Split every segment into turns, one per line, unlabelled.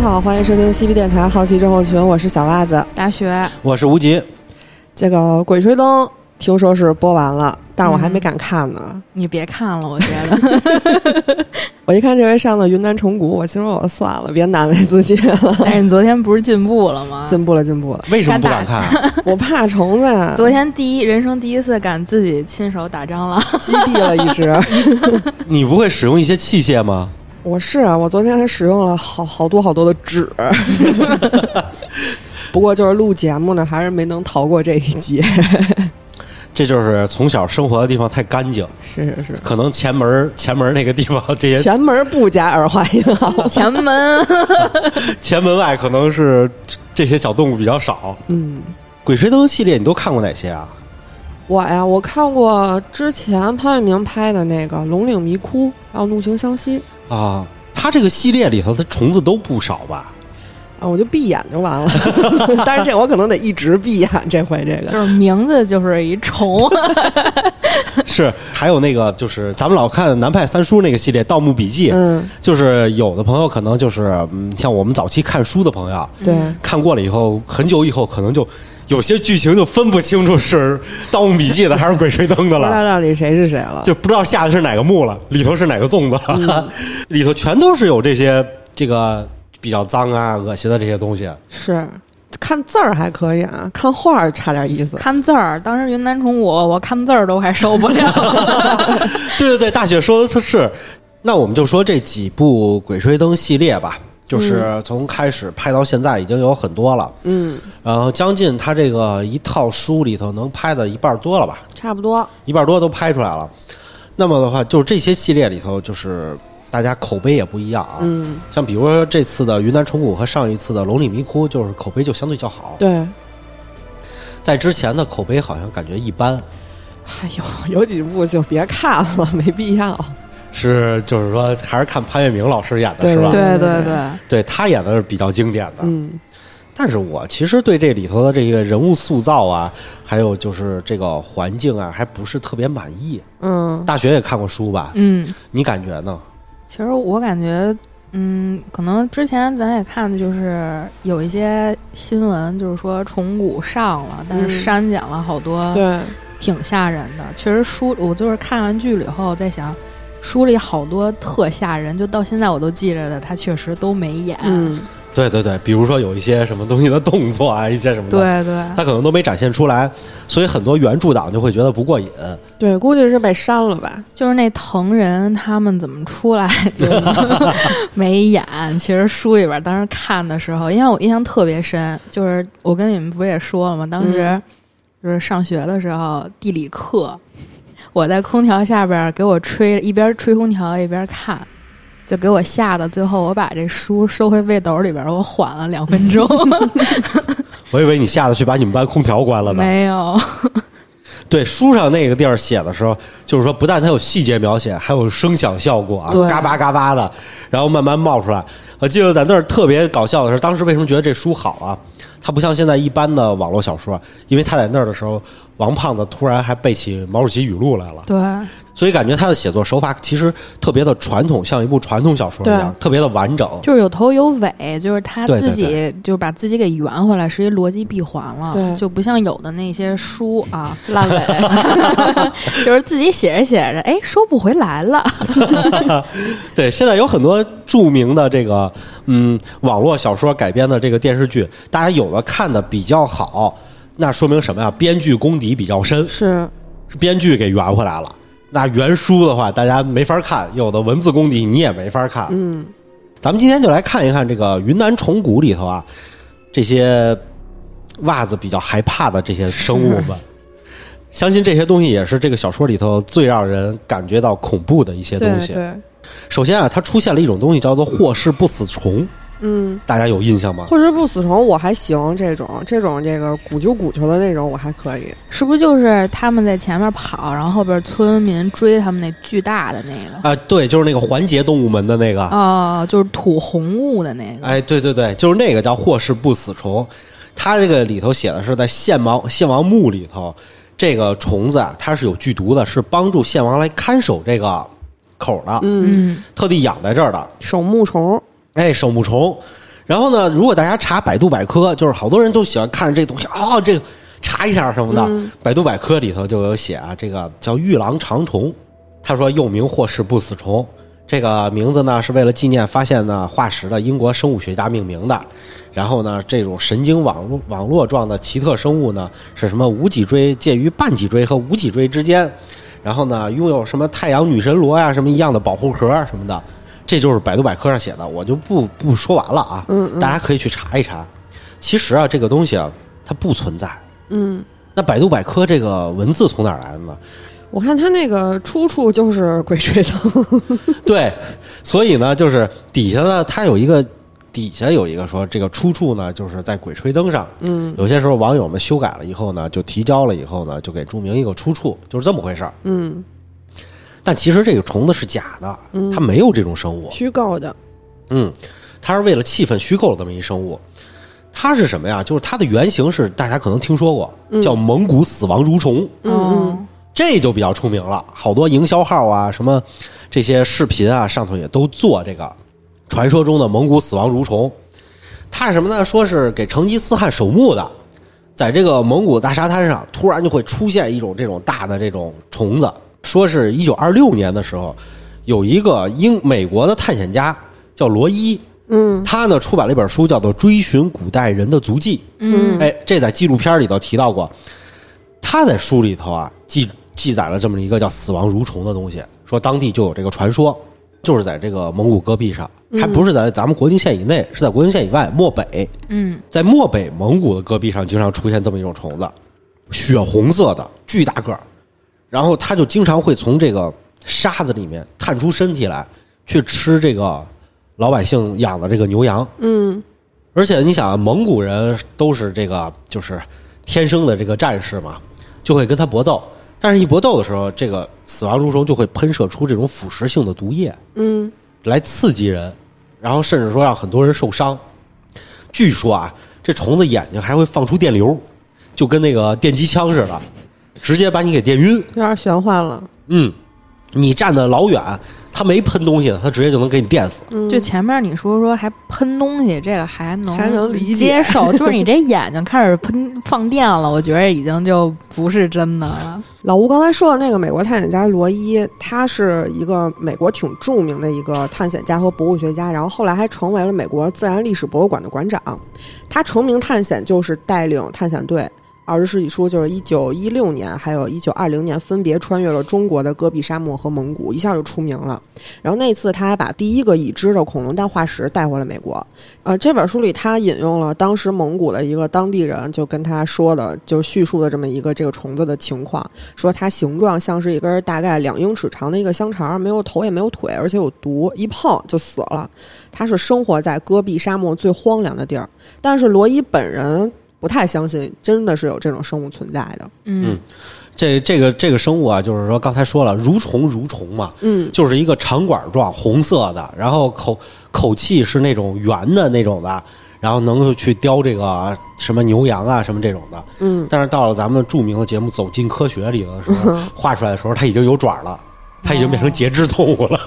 好，欢迎收听西皮电台好奇症候群，我是小袜子。
大学
我是吴杰，
这个《鬼吹灯》听说是播完了，但是我还没敢看呢。
你别看了，我觉 得
我一看这回上了云南虫谷，我心说我算了，别难为自己 了。
但是你昨天不是进步了吗？
进步了，进步了！
为什么不敢看？啊
我怕虫子啊呀，
昨天第一人生第一次敢自己亲手打蟑 螂，
击毙了一 只。
你不会使用一些器械吗？
我是啊，我昨天还使用了好好多好多的 纸。不过就是录节目呢，还是没能逃过这一劫。
这就是从小生活的地方太干净，
是是是，
可能前门儿前门儿那个地方，这些
前门不加耳环印啊。
前门
前门外可能是这些小动物比较少。
嗯，
鬼吹灯系列你都看过哪些啊？
我呀，我看过之前潘粤明拍的那个《龙岭迷窟》，还有《怒晴湘西》
啊，它这个系列里头，它虫子都不少 吧？
啊，我就闭眼就完了。 但是这我可能得一直闭眼，这回这个
就是名字就是一虫，
是，还有那个就是咱们老看南派三叔那个系列《盗墓笔记》，
嗯，
就是有的朋友可能就是嗯，像我们早期看书的朋友，啊
对，
看过了以后，很久以后可能就有些剧情就分不清楚是《盗墓笔记》的还是《鬼吹灯》
不
的
知道
了，
到底谁是谁了。
就不知道下的是哪个墓了，里头是哪个粽子了，里头全都是有这些这个比较脏啊、恶心的这些东西。
是看字儿还可以啊，看画儿差点意思。
看字儿。当时云南虫谷，我看字儿都快受不了。
对对对，大雪说的是。那我们就说这几部《鬼吹灯》系列吧，就是从开始拍到现在已经有很多了，
嗯，
然后将近它这个一套书里头能拍的一半多了吧，
差不多。
一半多都拍出来了。那么的话，就是这些系列里头，就是大家口碑也不一样啊。
嗯，
像比如说这次的云南虫谷和上一次的龙岭迷窟，就是口碑就相对较好。
对，
在之前的口碑好像感觉一般，
哎呦，有几部就别看了，没必要。
是就是说还是看潘粤明老师演的
对
是吧？
对嗯对
对
对，
对他演的是比较经典的。
嗯，
但是我其实对这里头的这个人物塑造啊，还有就是这个环境啊，还不是特别满意。
嗯，
大学也看过书吧？
嗯，
你感觉呢？
其实我感觉。嗯，可能之前咱也看的就是有一些新闻，就是说虫谷上了，但是
嗯
删减了好多
对，
挺吓人的。其实书我就是看完剧了以后在想，书里好多特吓人，就到现在我都记着的，他确实都没演。
嗯，
对对对，比如说有一些什么东西的动作啊，一些什么的，
对对，
他可能都没展现出来，所以很多原著党就会觉得不过瘾。
对，估计是被删了吧。
就是那藤人他们怎么出来就没演。其实书里边当时看的时候，因为我印象特别深，就是我跟你们不是也说了吗？当时
嗯
就是上学的时候，地理课，我在空调下边给我吹，一边吹空调一边看。就给我吓的，最后我把这书收回背兜里边，我缓了两分钟。
我以为你下得去把你们班空调关了呢。
没有，
对，书上那个地儿写的时候，就是说不但它有细节描写，还有声响效果啊
对，
嘎巴嘎巴的，然后慢慢冒出来。我记得在那儿特别搞笑的是，当时为什么觉得这书好啊？它不像现在一般的网络小说，因为他在那儿的时候，王胖子突然还背起毛主席语录来了，
对，
所以感觉他的写作手法其实特别的传统，像一部传统小说一样，特别的完整。
就是有头有尾，就是他
对对
自己就是把自己给圆回来，是一逻辑闭环了，
对
就不像有的那些书啊，
烂尾，
就是自己写着写着，哎，收不回来了。
对，现在有很多著名的这个嗯网络小说改编的这个电视剧，大家有的看的比较好，那说明什么呀？编剧功底比较深，
是
是编剧给圆回来了。那原书的话，大家没法看，有的文字功底你也没法看。
嗯，
咱们今天就来看一看这个云南虫谷里头啊，这些袜子比较害怕的这些生物 们。相信这些东西也是这个小说里头最让人感觉到恐怖的一些
对
东西。
对，
首先啊，它出现了一种东西叫做霍氏不死虫，
嗯。
大家有印象吗？
或者是不死虫我还行，这种这种这个鼓啾鼓啾的那种我还可以。
是不是就是他们在前面跑，然后后边村民追他们那巨大的那个？
啊，对，就是那个环节动物门的那个。
哦，就是吐红雾的那个。
啊哎，对对对，就是那个叫霍氏不死虫，它这个里头写的是在献王献王墓里头，这个虫子啊，它是有剧毒的，是帮助献王来看守这个口的，
嗯，
嗯，
特地养在这儿的。
守墓虫，
哎，守墓虫。然后呢，如果大家查百度百科，就是好多人都喜欢看这个东西，哦，这个查一下什么的。百度百科里头就有写啊，这个叫玉郎长虫，他说又名霍氏不死虫，这个名字呢是为了纪念发现呢化石的英国生物学家命名的。然后呢，这种神经网络网络状的奇特生物呢，是什么无脊椎介于半脊椎和无脊椎之间，然后呢，拥有什么太阳女神螺呀、什么一样的保护壳啊什么的，这就是百度百科上写的，我就不不说完了啊，
嗯嗯
大家可以去查一查。其实啊，这个东西啊，它不存在。
嗯，
那百度百科这个文字从哪儿来的呢？
我看他那个出处就是鬼吹灯，
对，所以呢，就是底下呢，它有一个底下有一个说这个出处呢，就是在《鬼吹灯》上，
嗯
有些时候网友们修改了以后呢，就提交了以后呢，就给注明一个出处，就是这么回事儿。
嗯，
但其实这个虫子是假的，
嗯
它没有这种生物，
虚构的，
嗯，它是为了气氛虚构了这么一生物。它是什么呀？就是它的原型是大家可能听说过，叫蒙古死亡蠕虫。
嗯
哦
嗯，
这就比较出名了，好多营销号啊，什么这些视频啊，上头也都做这个传说中的蒙古死亡蠕虫。它是什么呢？说是给成吉思汗守墓的，在这个蒙古大沙滩上，突然就会出现一种这种大的这种虫子。说是一九二六年的时候，有一个英美国的探险家叫罗伊，
嗯
他呢出版了一本书，叫做《追寻古代人的足迹》。
嗯
哎，这在纪录片里头提到过，他在书里头啊记记载了这么一个叫死亡蠕虫的东西，说当地就有这个传说，就是在这个蒙古戈壁上，还不是在咱们国境线以内，是在国境线以外漠北，
嗯，
在漠北蒙古的戈壁上经常出现这么一种虫子，血红色的巨大个儿，然后它就经常会从这个沙子里面探出身体来，去吃这个老百姓养的这个牛羊。
嗯
而且你想，蒙古人都是这个就是天生的这个战士嘛，就会跟他搏斗。但是，一搏斗的时候，这个死亡蠕虫就会喷射出这种腐蚀性的毒液
嗯
来刺激人，然后甚至说让很多人受伤。据说啊，这虫子眼睛还会放出电流，就跟那个电击枪似的，直接把你给电晕。
有点玄幻了，
嗯，你站得老远，它没喷东西呢，它直接就能给你电死。
嗯
就前面你说说还喷东西，这个还能
还能理解
接受，就是你这眼睛开始喷放电了，我觉得已经就不是真的了。
老吴刚才说的那个美国探险家罗伊，他是一个美国挺著名的一个探险家和博物学家，然后后来还成为了美国自然历史博物馆的馆长。他成名探险就是带领探险队二十世纪初，就是一九一六年还有一九二零年，分别穿越了中国的戈壁沙漠和蒙古，一下就出名了。然后那次他还把第一个已知的恐龙蛋化石带回了美国。呃，这本书里他引用了当时蒙古的一个当地人就跟他说的，就叙述的这么一个这个虫子的情况，说它形状像是一根大概两英尺长的一个香肠，没有头也没有腿，而且有毒，一碰就死了。它是生活在戈壁沙漠最荒凉的地儿，但是罗伊本人不太相信真的是有这种生物存在的。
嗯
这这个这个生物啊，就是说刚才说了，蠕虫蠕虫嘛，
嗯
就是一个长管状红色的，然后口口气是那种圆的那种的，然后能够去叼这个什么牛羊啊什么这种的。
嗯
但是到了咱们著名的节目《走进科学》里头的时候， 画出来的时候，它已经有爪了，它已经变成节肢动物了。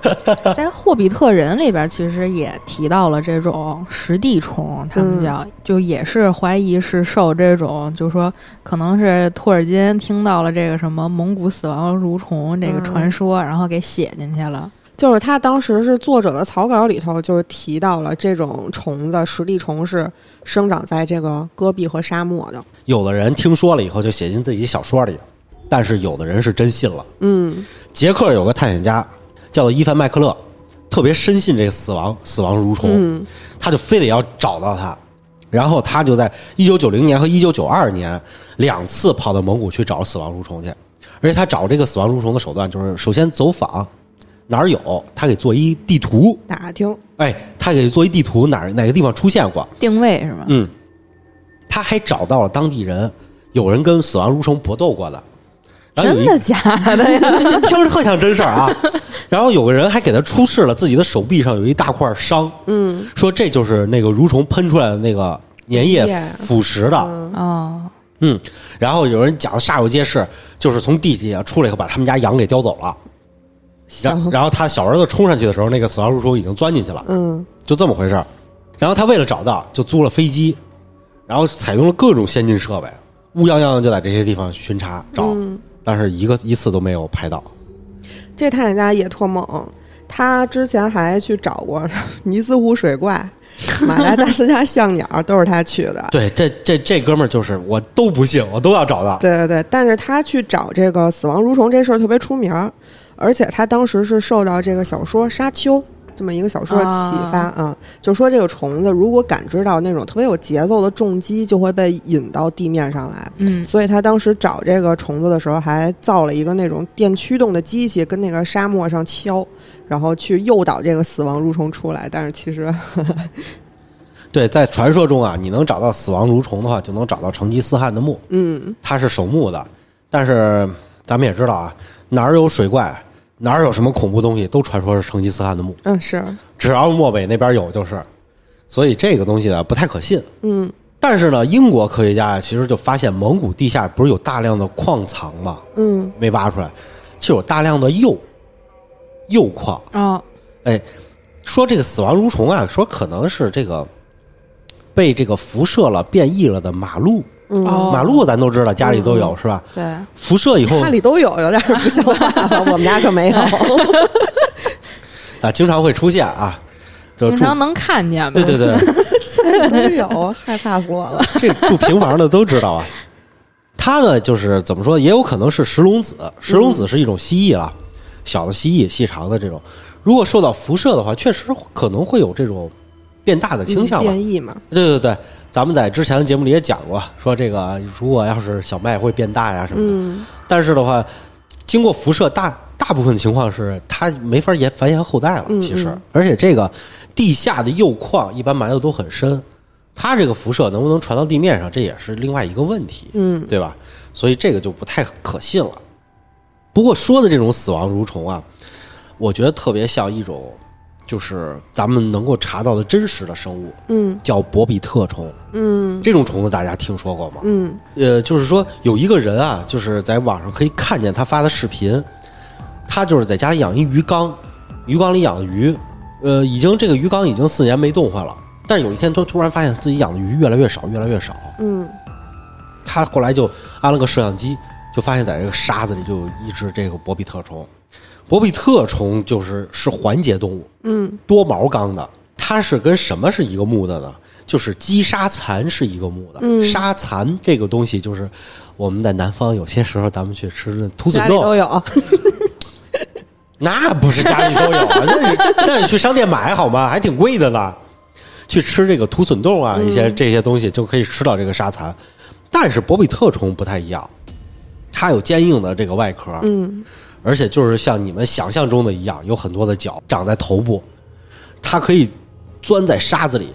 在《霍比特人》里边，其实也提到了这种实地虫，他们叫、就也是怀疑是受这种，就是说可能是托尔金听到了这个什么蒙古死亡蠕虫这个传说，然后给写进去了。
就是他当时是作者的草稿里头就是提到了这种虫子，实地虫是生长在这个戈壁和沙漠的。
有的人听说了以后就写进自己小说里，但是有的人是真信了。
嗯
捷克有个探险家叫做伊凡麦克勒，特别深信这个死亡死亡蠕虫。
嗯
他就非得要找到他。然后他就在一九九零年和一九九二年两次跑到蒙古去找死亡蠕虫去，而且他找这个死亡蠕虫的手段就是首先走访哪儿有，他给做一地图，
打听，
哎，他给做一地图哪儿哪个地方出现过，
定位是吗？
嗯，他还找到了当地人，有人跟死亡蠕虫搏斗过的，然嗯后有
真
一
的假的呀？
这 听着特像真事儿啊。然后有个人还给他出示了自己的手臂上有一大块伤，
嗯
说这就是那个蠕虫喷出来的那个粘液
粘液
腐蚀的。
嗯
哦，
嗯，然后有人讲得煞有介事，就是从地底下出来以后把他们家羊给叼走了。然
行，
然后他小儿子冲上去的时候，那个死亡蠕虫已经钻进去了，
嗯
就这么回事儿。然后他为了找到，就租了飞机，然后采用了各种先进设备，乌泱泱就在这些地方巡查找，
嗯
但是一个一次都没有拍到。
这探险家也特猛，他之前还去找过 尼斯湖水怪、马达加斯加象鸟，都是他去的。
对，这这这哥们儿就是我都不信，我都要找到。
对对对，但是他去找这个死亡蠕虫这事儿特别出名儿，而且他当时是受到这个小说《沙丘》这么一个小说的启发啊、就说这个虫子如果感知到那种特别有节奏的重击，就会被引到地面上来。
嗯，
所以他当时找这个虫子的时候，还造了一个那种电驱动的机器，跟那个沙漠上敲，然后去诱导这个死亡蠕虫出来。但是其实，
对，在传说中啊，你能找到死亡蠕虫的话，就能找到成吉思汗的墓。
嗯，
他是守墓的，但是咱们也知道啊，哪儿有水怪，哪儿有什么恐怖东西，都传说是成吉思汗的墓，
嗯，是，
只要漠北那边有就是。所以这个东西呢不太可信。
嗯
但是呢，英国科学家啊其实就发现蒙古地下不是有大量的矿藏吗？
嗯
没挖出来，就有大量的铀，铀矿。
哦，
哎，说这个死亡蠕虫啊，说可能是这个被这个辐射了、变异了的马路。
嗯，
哦
马路咱都知道家里都有、是吧？
对，
辐射以后
家里都有，有点不像话了，我们家可没有。哦
啊，经常会出现啊，就
经
住
常能看见吧？
对对对，
没有，害怕死我了。
这住平房的都知道啊。它呢，就是怎么说，也有可能是石龙子。石龙子是一种蜥蜴啦，小的蜥蜴，细长的这种。如果受到辐射的话，确实可能会有这种变大的倾向
嗯
吧。
变异嘛，
对对对，咱们在之前的节目里也讲过，说这个如果要是小麦会变大呀什么的。
嗯
但是的话，经过辐射，大大部分情况是它没法延繁衍后代了。
嗯
其实，
嗯
而且这个地下的铀矿一般埋的都很深，它这个辐射能不能传到地面上，这也是另外一个问题，
嗯
对吧？所以这个就不太可信了。不过说的这种死亡蠕虫啊，我觉得特别像一种，就是咱们能够查到的真实的生物，
嗯
叫博比特虫。
嗯
这种虫子大家听说过吗？
嗯
呃，就是说有一个人啊，就是在网上可以看见他发的视频，他就是在家里养一鱼缸，鱼缸里养的鱼，呃，已经这个鱼缸已经四年没动换了，但是有一天他突然发现自己养的鱼越来越少，越来越少，
嗯
他后来就安了个摄像机，就发现在这个沙子里就有一只这个博比特虫，博比特虫就是是环节动物，
嗯
多毛纲的，它是跟什么是一个目的呢？就是鸡沙蚕是一个目的，
嗯
沙蚕这个东西就是我们在南方有些时候咱们去吃那土
家
笋
里
豆
都，有。
那不是家里都有啊，那你那你去商店买好吗？还挺贵的呢。去吃这个土笋冻啊，一些这些东西就可以吃到这个沙蚕，但是博比特虫不太一样，它有坚硬的这个外壳，
嗯
而且就是像你们想象中的一样，有很多的脚长在头部，它可以钻在沙子里。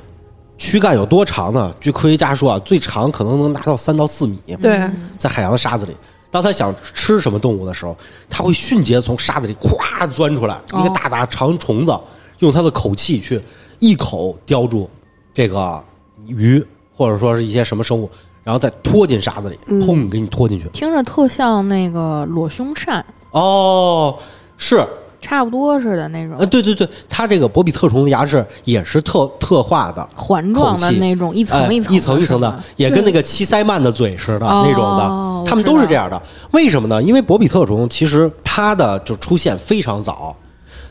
躯干有多长呢？据科学家说啊，最长可能能达到三到四米。
对，
在海洋的沙子里，当它想吃什么动物的时候，它会迅捷从沙子里咵钻出来一个大大长虫子，用它的口气去一口叼住这个鱼或者说是一些什么生物，然后再拖进沙子里，砰给你拖进去。
听着特像那个裸胸扇，
哦，是
差不多似的那种
啊，对对对，它这个博比特虫的牙齿也是特特化的，
环状的
口气
那种，一
哎
层
一
层一
层一层的，也跟那个七鳃鳗的嘴似的那种
哦
的，它们都
我知
是
道
这样的。为什么呢？因为博比特虫其实它的就出现非常早，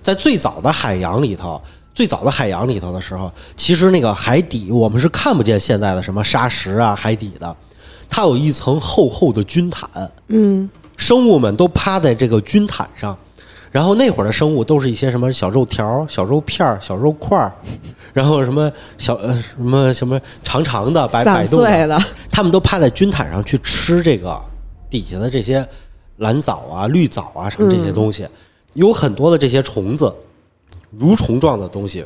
在最早的海洋里头。最早的海洋里头的时候，其实那个海底我们是看不见现在的什么沙石啊、海底的，它有一层厚厚的军毯，
嗯
生物们都趴在这个军毯上，然后那会儿的生物都是一些什么小肉条儿、小肉片儿、小肉块儿，然后什么小呃什么什么长长的摆摆
嗯散
动
碎
的，
了，
他们都趴在军毯上去吃这个底下的这些蓝藻啊、绿藻啊什么这些东西，有很多的这些虫子，蠕虫状的东西，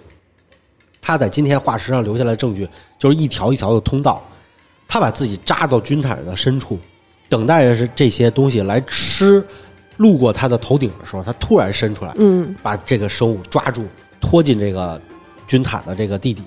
它在今天化石上留下来的证据就是一条一条的通道，它把自己扎到军毯的深处，等待着是这些东西来吃。路过它的头顶的时候，它突然伸出来，
嗯
把这个生物抓住，拖进这个军毯的这个地底，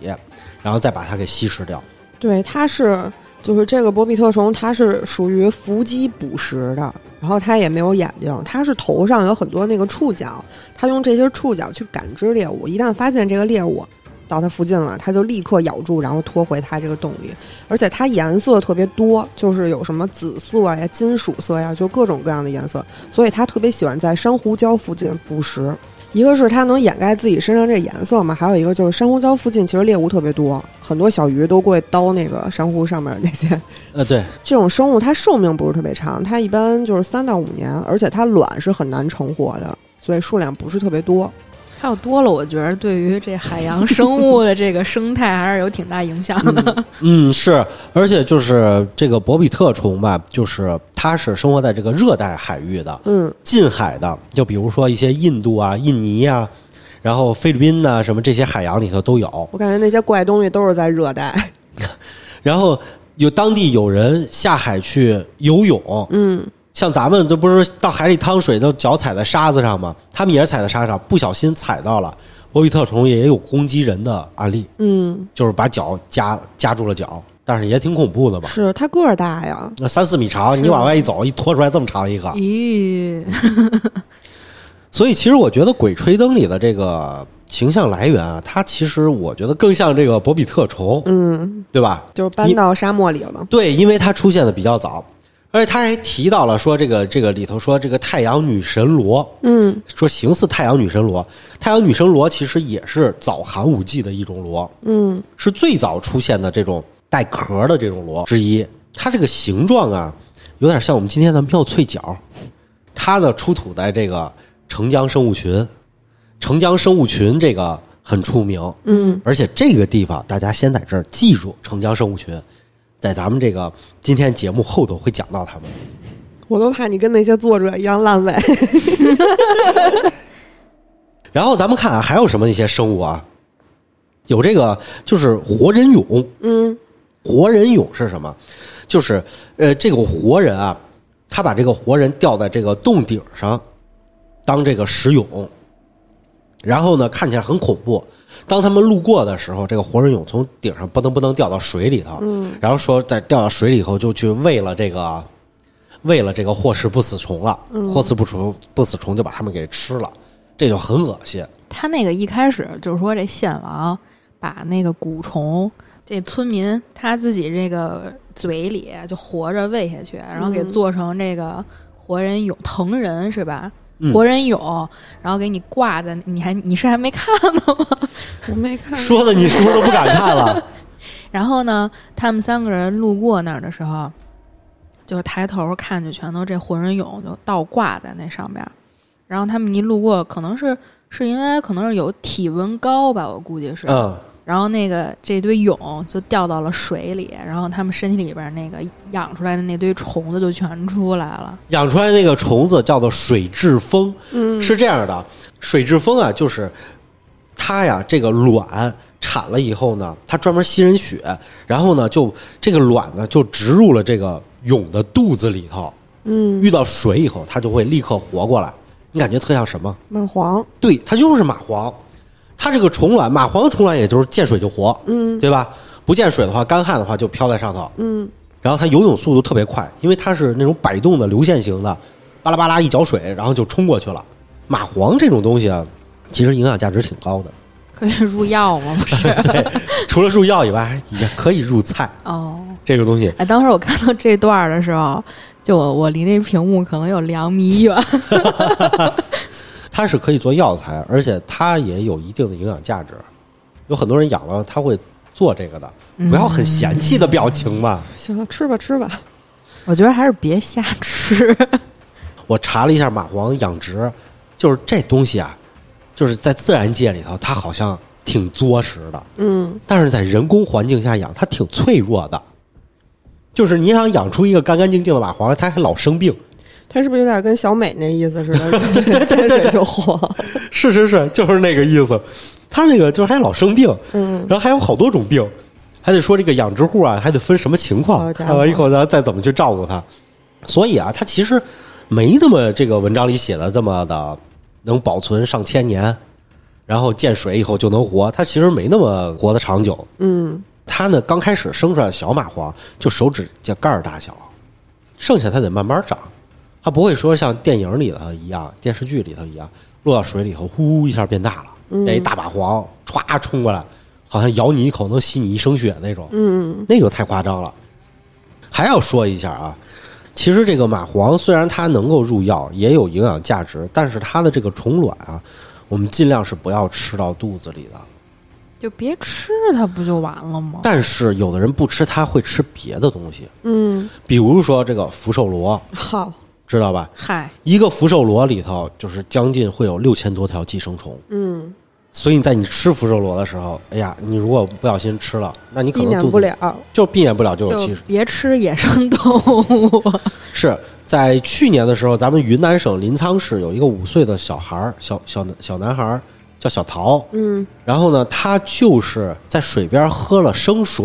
然后再把它给吸食掉。
对，它是就是这个博比特虫，它是属于伏击捕食的，然后它也没有眼睛，它是头上有很多那个触角，它用这些触角去感知猎物，一旦发现这个猎物。到它附近了，它就立刻咬住，然后拖回它这个洞里。而且它颜色特别多，就是有什么紫色呀、金属色呀，就各种各样的颜色。所以它特别喜欢在珊瑚礁附近捕食。一个是它能掩盖自己身上这颜色嘛，还有一个就是珊瑚礁附近其实猎物特别多，很多小鱼都会叨那个珊瑚上面那些
呃，对，
这种生物它寿命不是特别长，它一般就是三到五年，而且它卵是很难成活的，所以数量不是特别多。
还有多了，我觉得对于这海洋生物的这个生态还是有挺大影响的。
嗯，是，而且就是这个博比特虫吧，就是它是生活在这个热带海域的，
嗯，
近海的，就比如说一些印度啊、印尼啊，然后菲律宾呐、什么这些海洋里头都有。
我感觉那些怪东西都是在热带。
然后有当地有人下海去游泳，
嗯，
像咱们这不是到海里趟水，都脚踩在沙子上吗？他们也是踩在沙上，不小心踩到了博比特虫，也有攻击人的案例，
嗯，
就是把脚夹夹住了脚，但是也挺恐怖的吧？
是它个儿大呀。
那三四米长，你往外一走，一拖出来这么长一个。
咦，
所以其实我觉得《鬼吹灯》里的这个形象来源啊，它其实我觉得更像这个博比特虫，
嗯，
对吧？
就是搬
你
到沙漠里了。
对，因为它出现的比较早，而且他还提到了说这个这个里头说这个太阳女神罗，
嗯
说形似太阳女神罗。太阳女神罗其实也是早寒武纪的一种罗，
嗯
是最早出现的这种带壳的这种螺之一。它这个形状啊，有点像我们今天的妙翠角。它呢出土在这个澄江生物群，澄江生物群这个很出名，
嗯
而且这个地方大家先在这儿记住澄江生物群，在咱们这个今天节目后头会讲到它们。
我都怕你跟那些作者一样烂尾。
然后咱们看啊，还有什么一些生物啊？有这个就是活人蛹，
嗯
活人俑是什么？就是呃，这个活人啊，他把这个活人吊在这个洞顶上，当这个石俑，然后呢看起来很恐怖。当他们路过的时候，这个活人俑从顶上不噔不噔掉到水里头，然后说在掉到水里头就去喂了这个，喂了这个霍氏不死虫了，霍氏不虫不死虫就把他们给吃了，这就很恶心。
他那个一开始就是说这县王把那个蛊虫，这村民他自己这个嘴里就活着喂下去，然后给
嗯
做成这个活人俑，藤人是吧？
嗯
活人俑，然后给你挂在，你还你是还没看呢吗？
我没看
说的你是不是都不敢 看了？
然后呢，他们三个人路过那儿的时候，就是抬头看，就全都这活人俑就倒挂在那上边儿。然后他们一路过，可能是是因为可能是有体温高吧，我估计是。
嗯，
然后那个这堆蛹就掉到了水里，然后他们身体里边那个养出来的那堆虫子就全出来了。
养出来那个虫子叫做水蛭蜂。
嗯
是这样的，水蛭蜂啊，就是它呀，这个卵产了以后呢，它专门吸人血，然后呢，就这个卵呢就植入了这个蛹的肚子里头，
嗯
遇到水以后，它就会立刻活过来。你感觉特像什么？
蚂蟥。
对，它就是蚂蟥。它这个虫卵，蚂蟥虫卵也就是见水就活，
嗯
对吧？不见水的话，干旱的话就飘在上头。
嗯
然后它游泳速度特别快，因为它是那种摆动的流线型的，巴拉巴拉一搅水，然后就冲过去了。蚂蟥这种东西啊，其实营养价值挺高的，
可以入药吗？不 是
除了入药以外，也可以入菜。
哦。
这个东西，
哎，当时我看到这段儿的时候，就我我离那屏幕可能有两米远。
它是可以做药材，而且它也有一定的营养价值。有很多人养了，他会做这个的，不要很嫌弃的表情嘛。
行，吃吧吃吧。
我觉得还是别瞎吃。
我查了一下蚂蟥养殖，就是这东西啊，就是在自然界里头，它好像挺作实的。
嗯
但是在人工环境下养，它挺脆弱的。就是你想养出一个干干净净的蚂蟥，它还老生病。
它是不是有点跟小美那意思似的？见水就活。
是是是，就是那个意思。它那个就是还老生病，
嗯，
然后还有好多种病，还得说这个养殖户啊，还得分什么情况，
好哦家伙
看完以后呢，再怎么去照顾它。所以啊，它其实没那么这个文章里写的这么的能保存上千年，然后见水以后就能活，它其实没那么活得长久。
嗯
它呢刚开始生出来的小蚂蟥就手指甲盖儿大小，剩下它得慢慢长，它不会说像电影里头一样，电视剧里头一样，落到水里头呼一下变大了，那一大蚂蟥歘冲过来，好像咬你一口能吸你一升血那种，
嗯，
那就太夸张了。还要说一下啊，其实这个蚂蟥虽然它能够入药，也有营养价值，但是它的这个虫卵啊，我们尽量是不要吃到肚子里的。
就别吃它不就完了吗？
但是有的人不吃它，会吃别的东西，
嗯，
比如说这个福寿螺，
好，
知道吧？
嗨，
一个福寿螺里头就是将近会有六千多条寄生虫，
嗯，
所以你在你吃福寿螺的时候，哎呀，你如果不小心吃了，那你可
避
能
免
肚子
不了，
就避免不了就有寄
就
生。
别吃野生动 物。
是在去年的时候，咱们云南省临沧市有一个五岁的小孩儿，小小小男孩儿叫小桃，
嗯，
然后呢，他就是在水边喝了生水，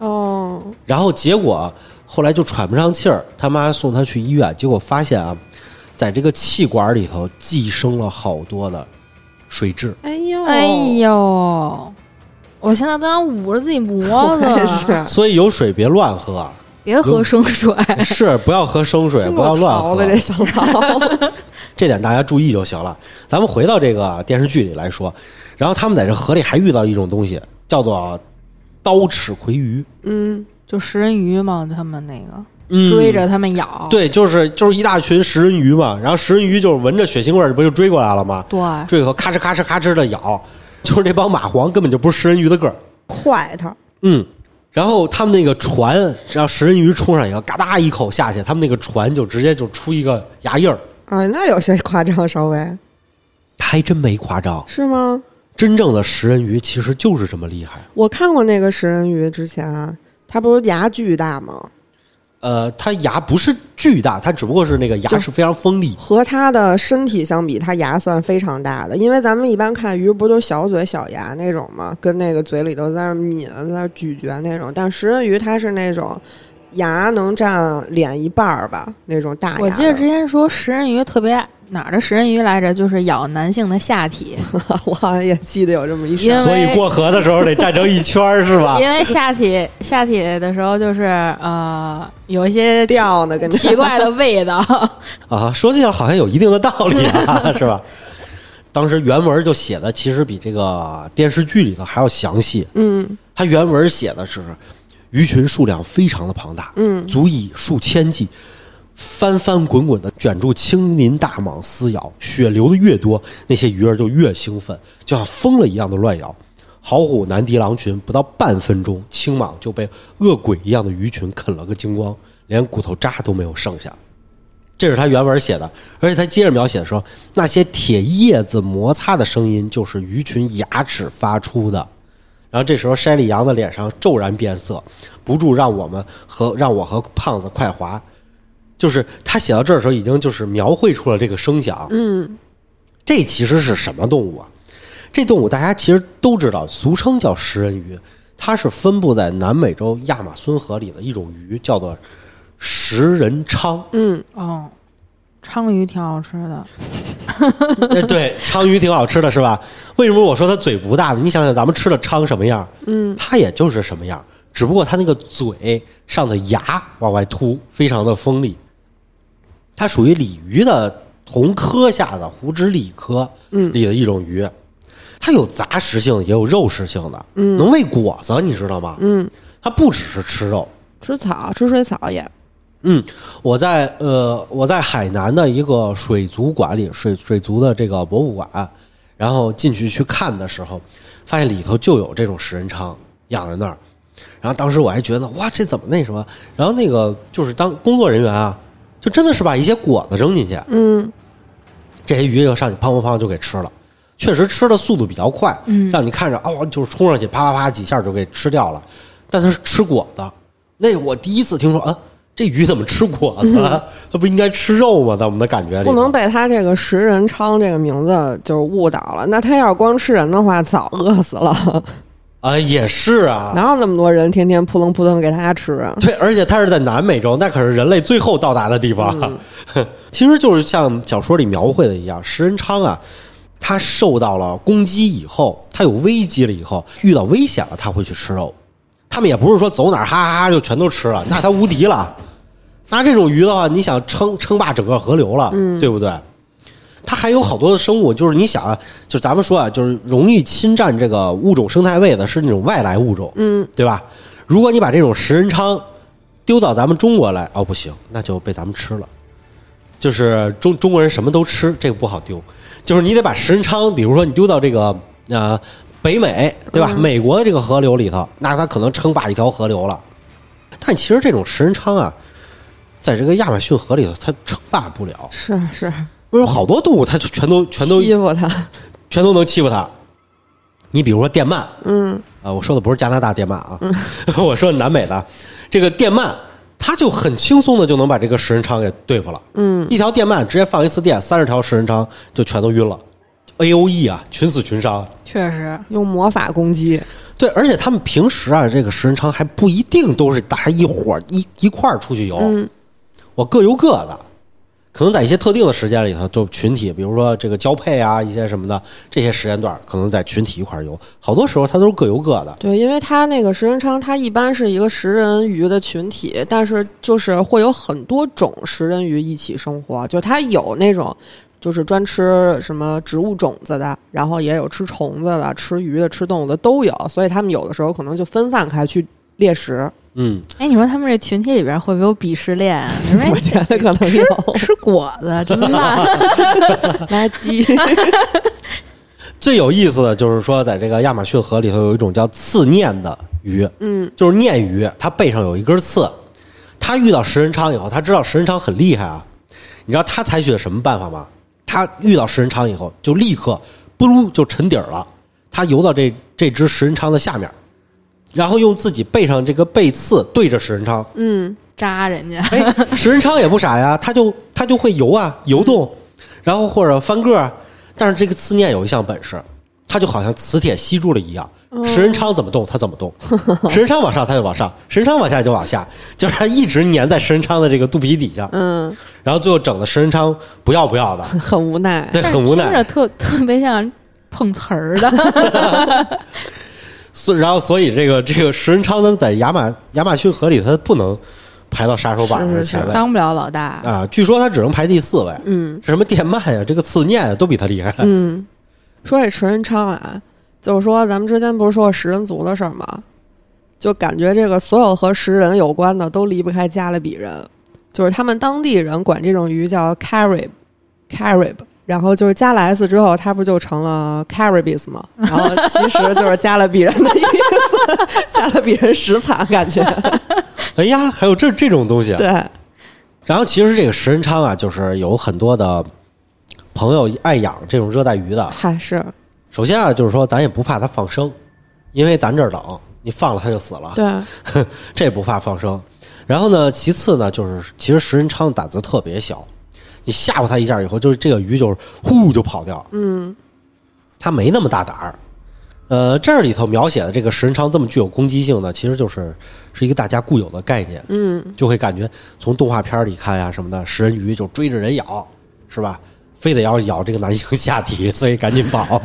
哦，
然后结果后来就喘不上气儿，他妈送他去医院，结果发现啊，在这个气管里头寄生了好多的水蛭。
哎呦，
哎呦，我现在都想捂着自己脖
我也
子，
是，
所以有水别乱喝，
别喝生水。
是不要喝生水，
真
不要
够
乱
淘
喝
的，这小桃，
这点大家注意就行了。咱们回到这个电视剧里来说，然后他们在这河里还遇到一种东西，叫做刀齿葵鱼，
嗯，
就食人鱼嘛，他们那个、
嗯
追着他们咬。
哦
对，就是就是一大群食人鱼嘛，然后食人鱼就是闻着血腥味儿，不就追过来了吗？
对，
追以后咔哧咔哧咔哧的咬，就是这帮蚂蟥根本就不是食人鱼的个儿。
快它，
嗯，然后他们那个船让食人鱼冲上以后，嘎哒一口下去，他们那个船就直接就出一个牙印儿，
啊，那有些夸张，稍微
还真没夸张。
是吗？
真正的食人鱼其实就是这么厉害。
我看过那个食人鱼，之前它不是牙巨大吗？
呃，它牙不是巨大，它只不过是那个牙
就是
非常锋利。
和它的身体相比，它牙算非常大的，因为咱们一般看鱼不都小嘴小牙那种吗？跟那个嘴里头在那儿抿、啊在那儿咀嚼那种，但食人鱼它是那种牙能占脸一半儿吧，那种大牙的。
我记得之前说食人鱼特别哪儿的食人鱼来着，就是咬男性的下体，
我好像也记得有这么一
因
声
为，
所以过河的时候得站成一圈儿，是
啊
吧？
因为下体下体的时候就是呃有一些奇
掉呢，跟
奇怪的味 道。
啊，说这个好像有一定的道理啊， 是吧？当时原文就写的其实比这个电视剧里头还要详细。
嗯
它原文写的是鱼群数量非常的庞大，
嗯
足以数千计，翻翻滚滚的卷住青鳞大蟒撕咬，血流的越多，那些鱼儿就越兴奋，就像疯了一样的乱咬。好虎南迪狼群不到半分钟，青蟒就被恶鬼一样的鱼群啃了个精光，连骨头渣都没有剩下。这是他原文写的，而且他接着描写说，那些铁叶子摩擦的声音就是鱼群牙齿发出的。然后这时候，筛里阳的脸上骤然变色，不住让我们和让我和胖子快滑。就是他写到这儿的时候，已经就是描绘出了这个声响。
嗯，
这其实是什么动物啊？这动物大家其实都知道，俗称叫食人鱼，它是分布在南美洲亚马孙河里的一种鱼，叫做食人鲳。
嗯，
哦，鲳鱼挺好吃的，
哎，对，鲳鱼挺好吃的，是吧？为什么我说它嘴不大呢？你想想，咱们吃的鲳什么样？嗯，它也就是什么样，只不过它那个嘴上的牙往外凸，非常的锋利。它属于鲤鱼的同科下的虎指鲤科里的一种鱼，它有杂食性，也有肉食性的，嗯，能喂果子，你知道吗？嗯，它不只是吃肉，
吃草吃水草也，
嗯，我在呃，我在海南的一个水族馆里，水水族的这个博物馆，然后进去去看的时候，发现里头就有这种食人鲳养在那儿。然后当时我还觉得哇，这怎么那什么？然后那个就是当工作人员啊，就真的是把一些果子扔进去，
嗯
这些鱼就上去砰砰砰就给吃了。确实吃的速度比较快，
嗯
让你看着哦，就是冲上去啪啪啪几下就给吃掉了。但它是吃果子，那我第一次听说啊，这鱼怎么吃果子？啊它不应该吃肉吗？在我们的感觉里
嗯
头，
不能被它这个食人鲳这个名字就是误导了。那它要是光吃人的话，早饿死了，
啊、也是啊。
哪有那么多人天天扑棱扑棱给它吃啊？
对，而且它是在南美洲，那可是人类最后到达的地方。 其实就是像小说里描绘的一样，食人鲳啊，它受到了攻击以后，它有危机了以后，遇到危险了，它会去吃肉。他们也不是说走哪儿哈哈哈就全都吃了，那它无敌了。那这种鱼的话，你想称称霸整个河流了，对不对？它还有好多的生物，就是你想啊，就是咱们说啊，就是容易侵占这个物种生态位的是那种外来物种，
嗯，
对吧？如果你把这种食人鲳丢到咱们中国来，哦，不行，那就被咱们吃了。就是中中国人什么都吃，这个不好丢。就是你得把食人鲳，比如说你丢到这个呃北美，对
嗯
吧？美国的这个河流里头，那它可能称霸一条河流了。但其实这种食人鲳啊，在这个亚马逊河里头，它称霸不了。
是啊是，
为什么好多动物它就全都全都
欺负它，
全都能欺负它？你比如说电鳗啊、
嗯
我说的不是加拿大电鳗啊， 我说南美的这个电鳗，它就很轻松的就能把这个食人鲳给对付了。
嗯，
一条电鳗直接放一次电，三十条食人鲳就全都晕了，A O E 啊，群死群伤。
确实，
用魔法攻击，
对，而且他们平时啊，这个食人鲳还不一定都是大家一伙儿一一块儿出去游，
嗯
我各游各的，可能在一些特定的时间里头，就群体，比如说这个交配啊，一些什么的这些时间段，可能在群体一块儿游。好多时候它都是各游各的，
对，因为它那个食人鲳，它一般是一个食人鱼的群体，但是就是会有很多种食人鱼一起生活，就它有那种就是专吃什么植物种子的，然后也有吃虫子的、吃鱼的、吃动物的都有，所以它们有的时候可能就分散开去猎食。
嗯，
哎，你说他们这群体里边会不会有鄙视链啊？因 为
我觉得可能
吃
有
吃果子真 烂，
垃圾，
最有意思的就是说，在这个亚马逊河里头有一种叫刺鲶的鱼，
嗯，
就是鲶鱼，它背上有一根刺。它遇到食人鲳以后，它知道食人鲳很厉害啊。你知道它采取的什么办法吗？它遇到食人鲳以后，就立刻不噜就沉底儿了，它游到这这只食人鲳的下面，然后用自己背上这个背刺对着食人鲳。
嗯，
扎人 家。
哎，食人鲳也不傻呀，它就它就会游啊，游动，然后或者翻个儿。但是这个刺鲶有一项本事，它就好像磁铁吸住了一样，
哦
食人鲳怎么动它怎么 动，食人鲳往上它就往上，食人鲳往下就往下，就是它一直粘在食人鲳的这个肚皮底下，
嗯，
然后最后整的食人鲳不要不要的，
很无奈。
对，
但
很无
听着
奈。
特特别像碰瓷儿 的，
所以然后所以这个这个食人鲳它在亚马亚马逊河里它不能排到杀手榜上
是
的
是
前位
当不了老大。
啊，据说它只能排第四位。
嗯
什么电鳗呀，这个刺鲶呀，都比它厉害。
嗯，说起食人鲳啊，就是说咱们之前不是说过食人族的事儿吗？就感觉这个所有和食人有关的都离不开加勒比人，就是他们当地人管这种鱼叫 carib，carib。然后就是加了 s 之后，它不就成了 caribis 吗？然后其实就是加勒比人的意思， 加勒比人食惨感觉。
哎呀，还有这这种东西。啊
对，
然后其实这个食人鲳啊，就是有很多的朋友爱养这种热带鱼的。
还是
首先啊，就是说咱也不怕它放生，因为咱这儿冷，你放了它就死了，
对，
这也不怕放生。然后呢，其次呢，就是其实食人鲳胆子特别小，你吓唬它一下以后，就是这个鱼就是呼就跑掉，
嗯
它没那么大胆儿。呃，这里头描写的这个食人鲳这么具有攻击性呢，其实就是是一个大家固有的概念。
嗯，
就会感觉从动画片里看呀、啊什么的，食人鱼就追着人咬，是吧？非得要咬这个男性下体，所以赶紧 跑。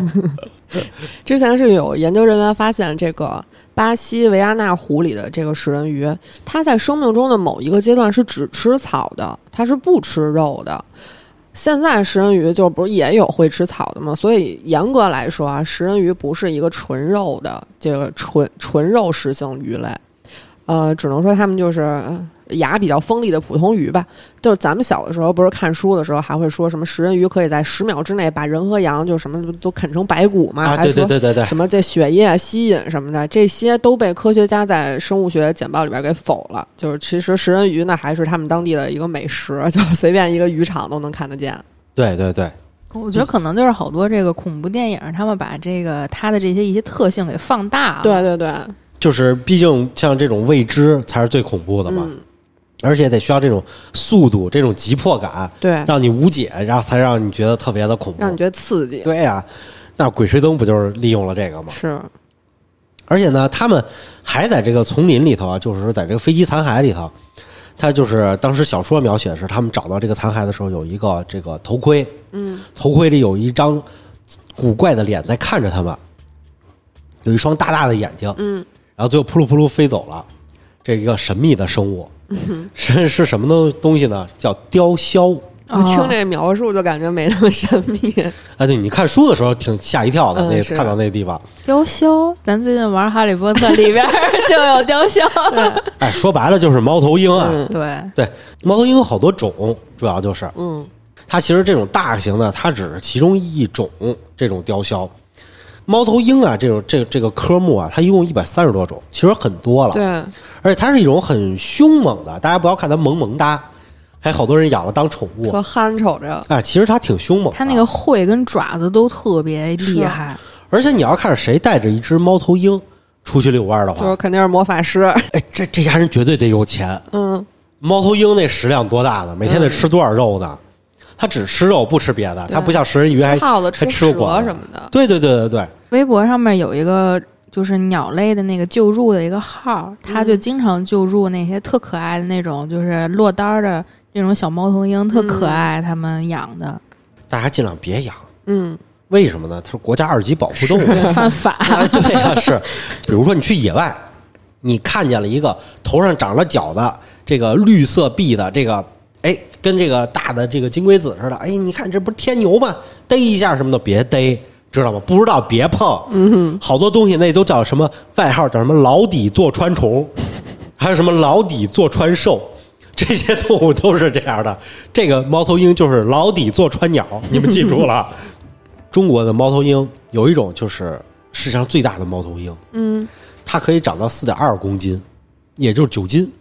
之前是有研究人员发现，这个巴西维亚纳湖里的这个食人鱼，它在生命中的某一个阶段是只吃草的，它是不吃肉的。现在食人鱼就不是也有会吃草的吗？所以严格来说啊，食人鱼不是一个纯肉的这个纯纯肉食性鱼类，呃，只能说它们就是呃牙比较锋利的普通鱼吧。就是咱们小的时候，不是看书的时候还会说什么食人鱼可以在十秒之内把人和羊就什么都啃成白骨嘛？
啊，
还
对
说
对对 对对，
什么这血液啊吸引什么的，这些都被科学家在生物学简报里边给否了。就是其实食人鱼呢，还是他们当地的一个美食，就是随便一个渔场都能看得见。啊
对对对，
我觉得可能就是好多这个恐怖电影，他们把这个它的这些一些特性给放大了。
对对对，
就是毕竟像这种未知才是最恐怖的嘛，
嗯，
而且得需要这种速度、这种急迫感，
对，
让你无解，然后才让你觉得特别的恐
让你
怖。
觉得刺激。
对呀、那《鬼吹灯》不就是利用了这个吗？
是，
而且呢，他们还在这个丛林里头啊，就是在这个飞机残骸里头，他就是当时小说描写是，他们找到这个残骸的时候，有一个这个头盔，
嗯，
头盔里有一张古怪的脸在看着他们，有一双大大的眼睛，
嗯，
然后最后扑噜扑噜飞走了。
嗯
这一个神秘的生物、是是什么东东西呢？叫雕鸮。
我听
哦
这描述就感觉没那么神 秘。
啊，对，你看书的时候挺吓一跳的，
嗯
那
是
看到那地方。
雕鸮，咱最近玩《哈利波特》里边 就有雕鸮。
哎，说白了就是猫头鹰啊。
嗯
对，
对，猫头鹰有好多种，主要就是
嗯，
它其实这种大型的，它只是其中一种这种雕鸮。猫头鹰啊，这种这这个科目啊，它一共一百三十多种，其实很多了。
对，
而且它是一种很凶猛的，大家不要看它萌萌哒，还有好多人养了当宠物
特。憨瞅着，
哎，其实它挺凶猛的。
它那个喙跟爪子都特
啊
别厉害，
而且你要看谁带着一只猫头鹰出去遛弯儿的
就是
话，
肯定是魔法师。
哎，这这家人绝对得有钱。
嗯，
猫头鹰那食量多大呢？每天得吃多少肉呢？它只吃肉不吃别的，
对
它不像食人鱼还
耗子
还吃
蛇
过果子
什么的。
对对对对对，
微博上面有一个就是鸟类的那个救助的一个号，他就经常救助那些特可爱的那种，就是落单儿的那种小猫头鹰，特可爱，他们养 的
大家尽量别养。
嗯，
为什么呢？它是国家二级保 护动物。
是犯法。
啊，对呀、是。比如说你去野外，你看见了一个头上长了角的这个绿色壁的这个，哎，跟这个大的这个金龟子似的，哎，你看这不是天牛吗？逮一下什么的，别逮。知道吗？不知道别碰。嗯，好多东西那都叫什么外号，叫什么老底坐穿虫，还有什么老底坐穿兽，这些动物都是这样的。这个猫头鹰就是老底坐穿鸟，你们记住了。中国的猫头鹰有一种就是世界上最大的猫头鹰，
嗯，
它可以长到四点二公斤，也就是九斤。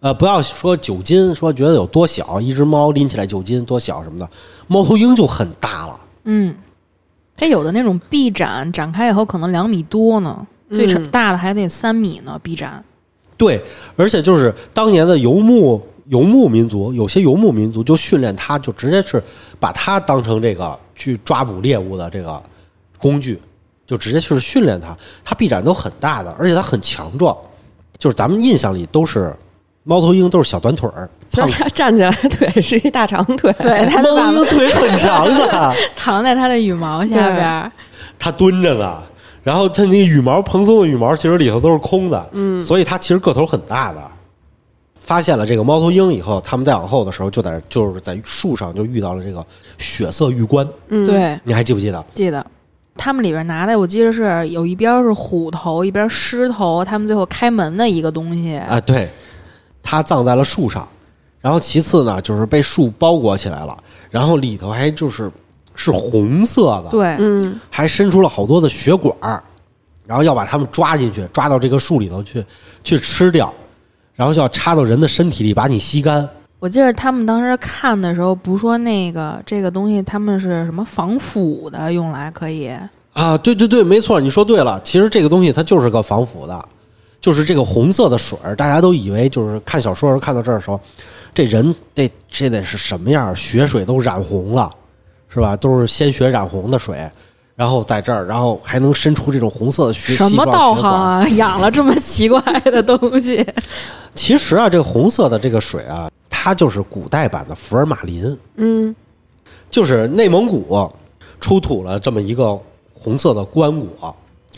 呃，不要说九斤，说觉得有多小，一只猫拎起来九斤多小什么的，猫头鹰就很大了。
嗯，它有的那种臂展展开以后可能两米多呢，最少
嗯
大的还得三米呢，臂展。
对，而且就是当年的游牧游牧民族，有些游牧民族就训练它，就直接是把它当成这个去抓捕猎物的这个工具，就直接就是训练它。它臂展都很大的，而且它很强壮。就是咱们印象里都是猫头鹰都是小短腿儿，
其
胖
实他站起来腿是一大长腿。
对，它就
猫
把
头鹰腿很长的，
藏在它的羽毛下边儿。
它蹲着呢。然后它那个羽毛蓬松的羽毛，其实里头都是空的，嗯，所以它其实个头很大的。发现了这个猫头鹰以后，他们再往后的时候，就在就是在树上就遇到了这个血色玉冠，
嗯，
对，
你还记不记得？
记得。他们里边拿的，我记得是有一边儿是虎头，一边儿狮头，他们最后开门的一个东西。
啊，对，它葬在了树上，然后其次呢，就是被树包裹起来了，然后里头还就是是红色的，
对，
嗯，
还伸出了好多的血管儿，然后要把它们抓进去，抓到这个树里头去，去吃掉，然后就要插到人的身体里把你吸干。
我记得他们当时看的时候，不说那个这个东西，他们是什么防腐的，用来可以。
啊，对对对，没错，你说对了。其实这个东西它就是个防腐的，就是这个红色的水儿，大家都以为就是看小说的时候看到这儿的时候，这人得这得是什么样儿？血水都染红了，是吧？都是鲜血染红的水，然后在这儿，然后还能伸出这种红色的血
什么道行？
细胞血管
啊， 养了这么奇怪的东西。
其实啊，这个红色的这个水啊，它就是古代版的福尔马林，
嗯，
就是内蒙古出土了这么一个红色的棺椁。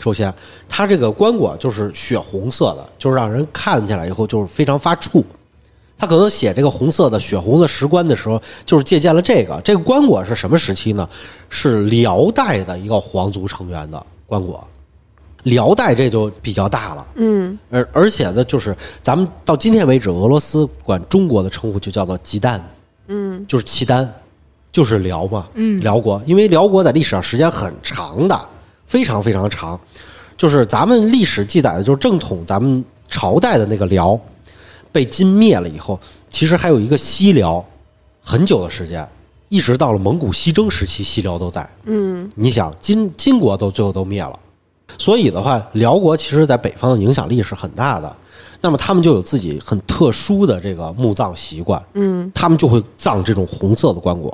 首先，它这个棺椁就是血红色的，就是让人看起来以后就是非常发怵。他可能写这个红色的血红的石棺的时候，就是借鉴了这个。这个棺椁是什么时期呢？是辽代的一个皇族成员的棺椁。辽代这就比较大了，
嗯，
而而且呢，就是咱们到今天为止，俄罗斯管中国的称呼就叫做契丹，嗯，就是契丹，就是辽嘛，嗯，辽国，因为辽国在历史上时间很长的，非常非常长，就是咱们历史记载的，就是正统咱们朝代的那个辽，被金灭了以后，其实还有一个西辽，很久的时间，一直到了蒙古西征时期，西辽都在，嗯，你想金金国都最后都灭了。所以的话，辽国其实在北方的影响力是很大的。那么他们就有自己很特殊的这个墓葬习惯，嗯，他们就会葬这种红色的棺椁，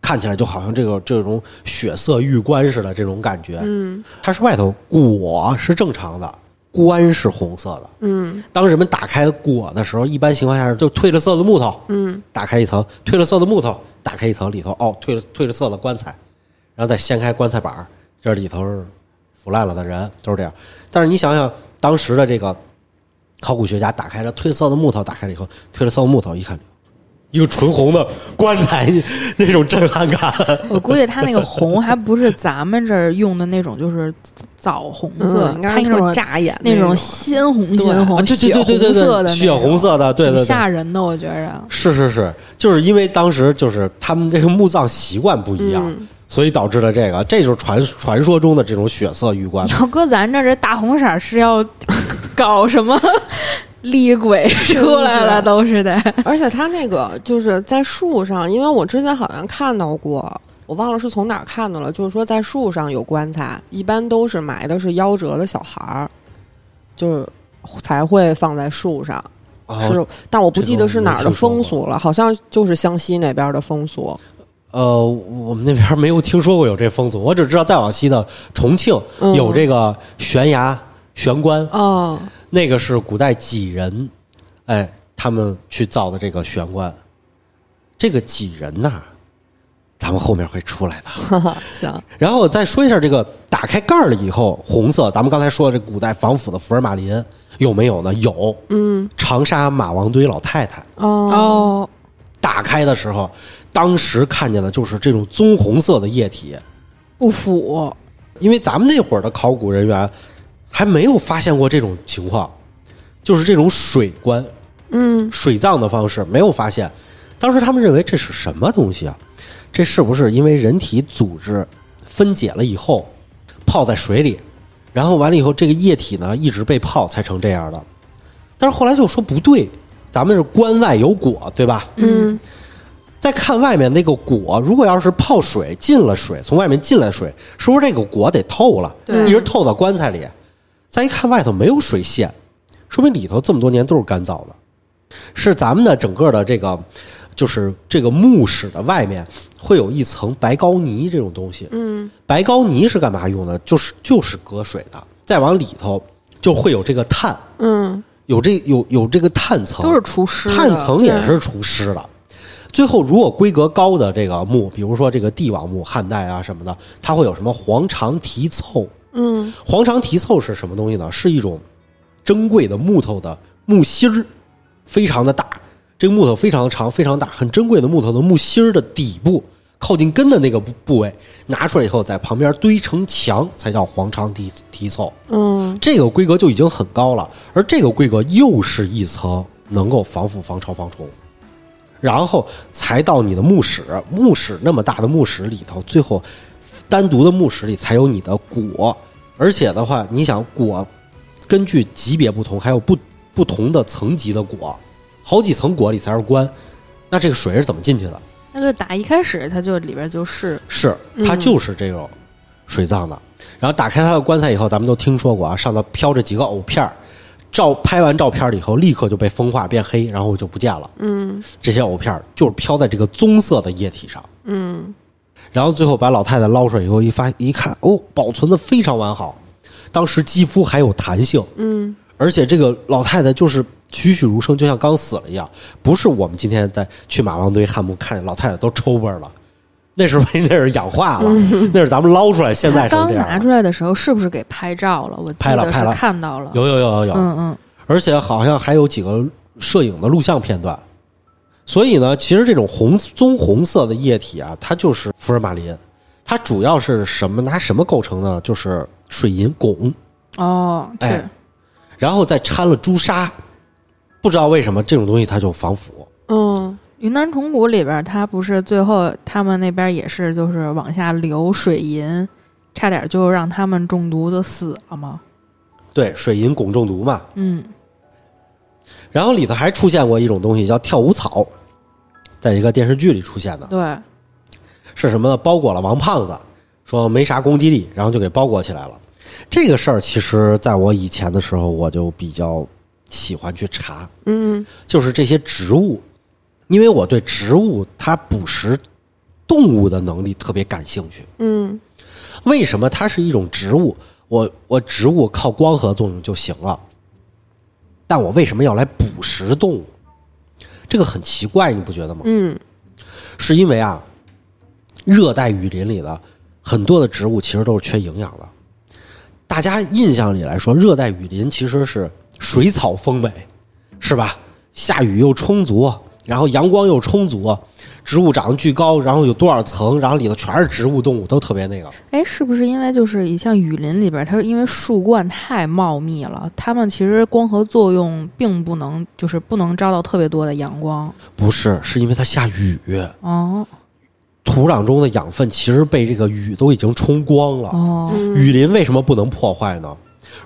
看起来就好像这个这种血色玉棺似的这种感觉，嗯，它是外头椁是正常的，棺是红色的，嗯，当人们打开椁的时候，一般情况下就褪了色的木头，嗯，打开一层，褪了色的木头，打开一层，里头哦，褪了褪了色的棺材，然后再掀开棺材板儿，这里头是腐烂了的人，都是这样。但是你想想，当时的这个考古学家打开了褪色的木头，打开了以后，褪了色的木头一看，一个纯红的棺材，那种震撼感。
我估计它那个红还不是咱们这儿用的那种，就是枣红
嗯
色，
嗯应
它
该是
那种
扎眼
那
种
种鲜红
对
鲜红、
啊
哦
对对
血
对
红
对对
色的那
对，
种，
血红色的，对对
挺
对，
吓人的，我觉着。
是是是，就是因为当时就是他们这个墓葬习惯不一样，
嗯
所以导致了这个，这就是传传说中的这种血色玉棺
你。要搁咱这儿，这大红色儿是要搞什么 厉 鬼出来了，都是得。
而且它那个就是在树上，因为我之前好像看到过，我忘了是从哪儿看的了。就是说在树上有棺材，一般都是埋的是夭折的小孩儿，就是才会放在树上。
哦，
是，但我不
这
记
个
得是
我没
哪儿的
听说
风
过
俗了，好像就是湘西那边的风俗。
呃，我们那边没有听说过有这风俗，我只知道再往西的重庆
嗯
有这个悬崖悬棺，
哦
嗯，
那个是古代几人，哎，他们去造的这个悬棺。这个几人呐、咱们后面会出来的。
行，
然后我再说一下这个打开盖儿了以后，红色，咱们刚才说的这古代防腐的福尔马林有没有呢？有，
嗯，
长沙马王堆老太太
哦，，
打开的时候，当时看见的就是这种棕红色的液体，
不腐，
因为咱们那会儿的考古人员还没有发现过这种情况，就是这种水棺
嗯，
水葬的方式没有发现。当时他们认为这是什么东西啊？这是不是因为人体组织分解了以后泡在水里，然后完了以后这个液体呢一直被泡才成这样的？但是后来就说不对，咱们是棺外有椁，对吧？
嗯，
再看外面那个椁，如果要是泡水进了水，从外面进来水，是不是这个椁得透了？
对
一直透到棺材里。再一看外头没有水线，说明里头这么多年都是干燥的。是咱们的整个的这个，就是这个墓室的外面会有一层白膏泥这种东西。
嗯，
白膏泥是干嘛用的？就是就是隔水的。再往里头就会有这个碳，
嗯，
有这有有这个碳层，
都是除湿的
哦碳层也是除湿的。最后，如果规格高的这个墓，比如说这个帝王墓、汉代啊什么的，它会有什么黄肠题凑？
嗯，
黄肠题凑是什么东西呢？是一种珍贵的木头的木芯儿，非常的大。这个木头非常长，非常大，很珍贵的木头的木芯儿的底部，靠近根的那个部部位，拿出来以后，在旁边堆成墙，才叫黄肠题题凑。
嗯，
这个规格就已经很高了，而这个规格又是一层能够防腐、防潮、防虫，然后才到你的墓室。墓室那么大的墓室里头，最后单独的墓室里才有你的椁。而且的话，你想椁根据级别不同，还有不不同的层级的椁，好几层椁里才是棺。那这个水是怎么进去的？
那就打一开始它就里边就是
是
嗯
它就是这种水葬的。然后打开它的棺材以后，咱们都听说过啊，上头飘着几个藕片儿，照拍完照片儿以后，立刻就被风化变黑，然后就不见了。
嗯，
这些藕片儿就是飘在这个棕色的液体上，
嗯，
然后最后把老太太捞出来以后，一发一看，哦，保存的非常完好，当时肌肤还有弹性，
嗯，
而且这个老太太就是栩栩如生，就像刚死了一样。不是我们今天在去马王堆汉墓看见老太太都抽巴了，那是那是氧化了，
嗯
那是咱们捞出来，现在
它
是
刚
这
拿
样
出
的。
来的时候是不是给拍照了？我记
拍了
得
拍
是
了
看到了，
有有有有有，
嗯嗯，
而且好像还有几个摄影的录像片段。所以呢，其实这种红棕红色的液体啊，它就是福尔马林，它主要是什么拿什么构成呢？就是水银汞，
哦，对，
哎然后再掺了朱砂，不知道为什么这种东西它就防腐。
嗯，
云南虫谷里边儿，它不是最后他们那边儿也是就是往下流水银，差点就让他们中毒就死了吗？
对，水银汞中毒嘛。
嗯，
然后里头还出现过一种东西叫跳舞草，在一个电视剧里出现的，
对，
是什么呢？包裹了王胖子，说没啥攻击力，然后就给包裹起来了。这个事儿其实在我以前的时候，我就比较喜欢去查，
嗯，
就是这些植物，因为我对植物它捕食动物的能力特别感兴趣。
嗯，
为什么它是一种植物？我我植物靠光合作用就行了，但我为什么要来捕食动物？这个很奇怪，你不觉得吗？
嗯，
是因为啊，热带雨林里的很多的植物其实都是缺营养的。大家印象里来说，热带雨林其实是水草丰美，是吧？下雨又充足，然后阳光又充足，植物长得巨高，然后有多少层，然后里头全是植物动物，都特别那个。
哎，是不是因为就是像雨林里边，它是因为树冠太茂密了，它们其实光合作用并不能，就是不能照到特别多的阳光。
不是，是因为它下雨，
哦
土壤中的养分其实被这个雨都已经冲光了。
哦，
嗯，
雨林为什么不能破坏呢？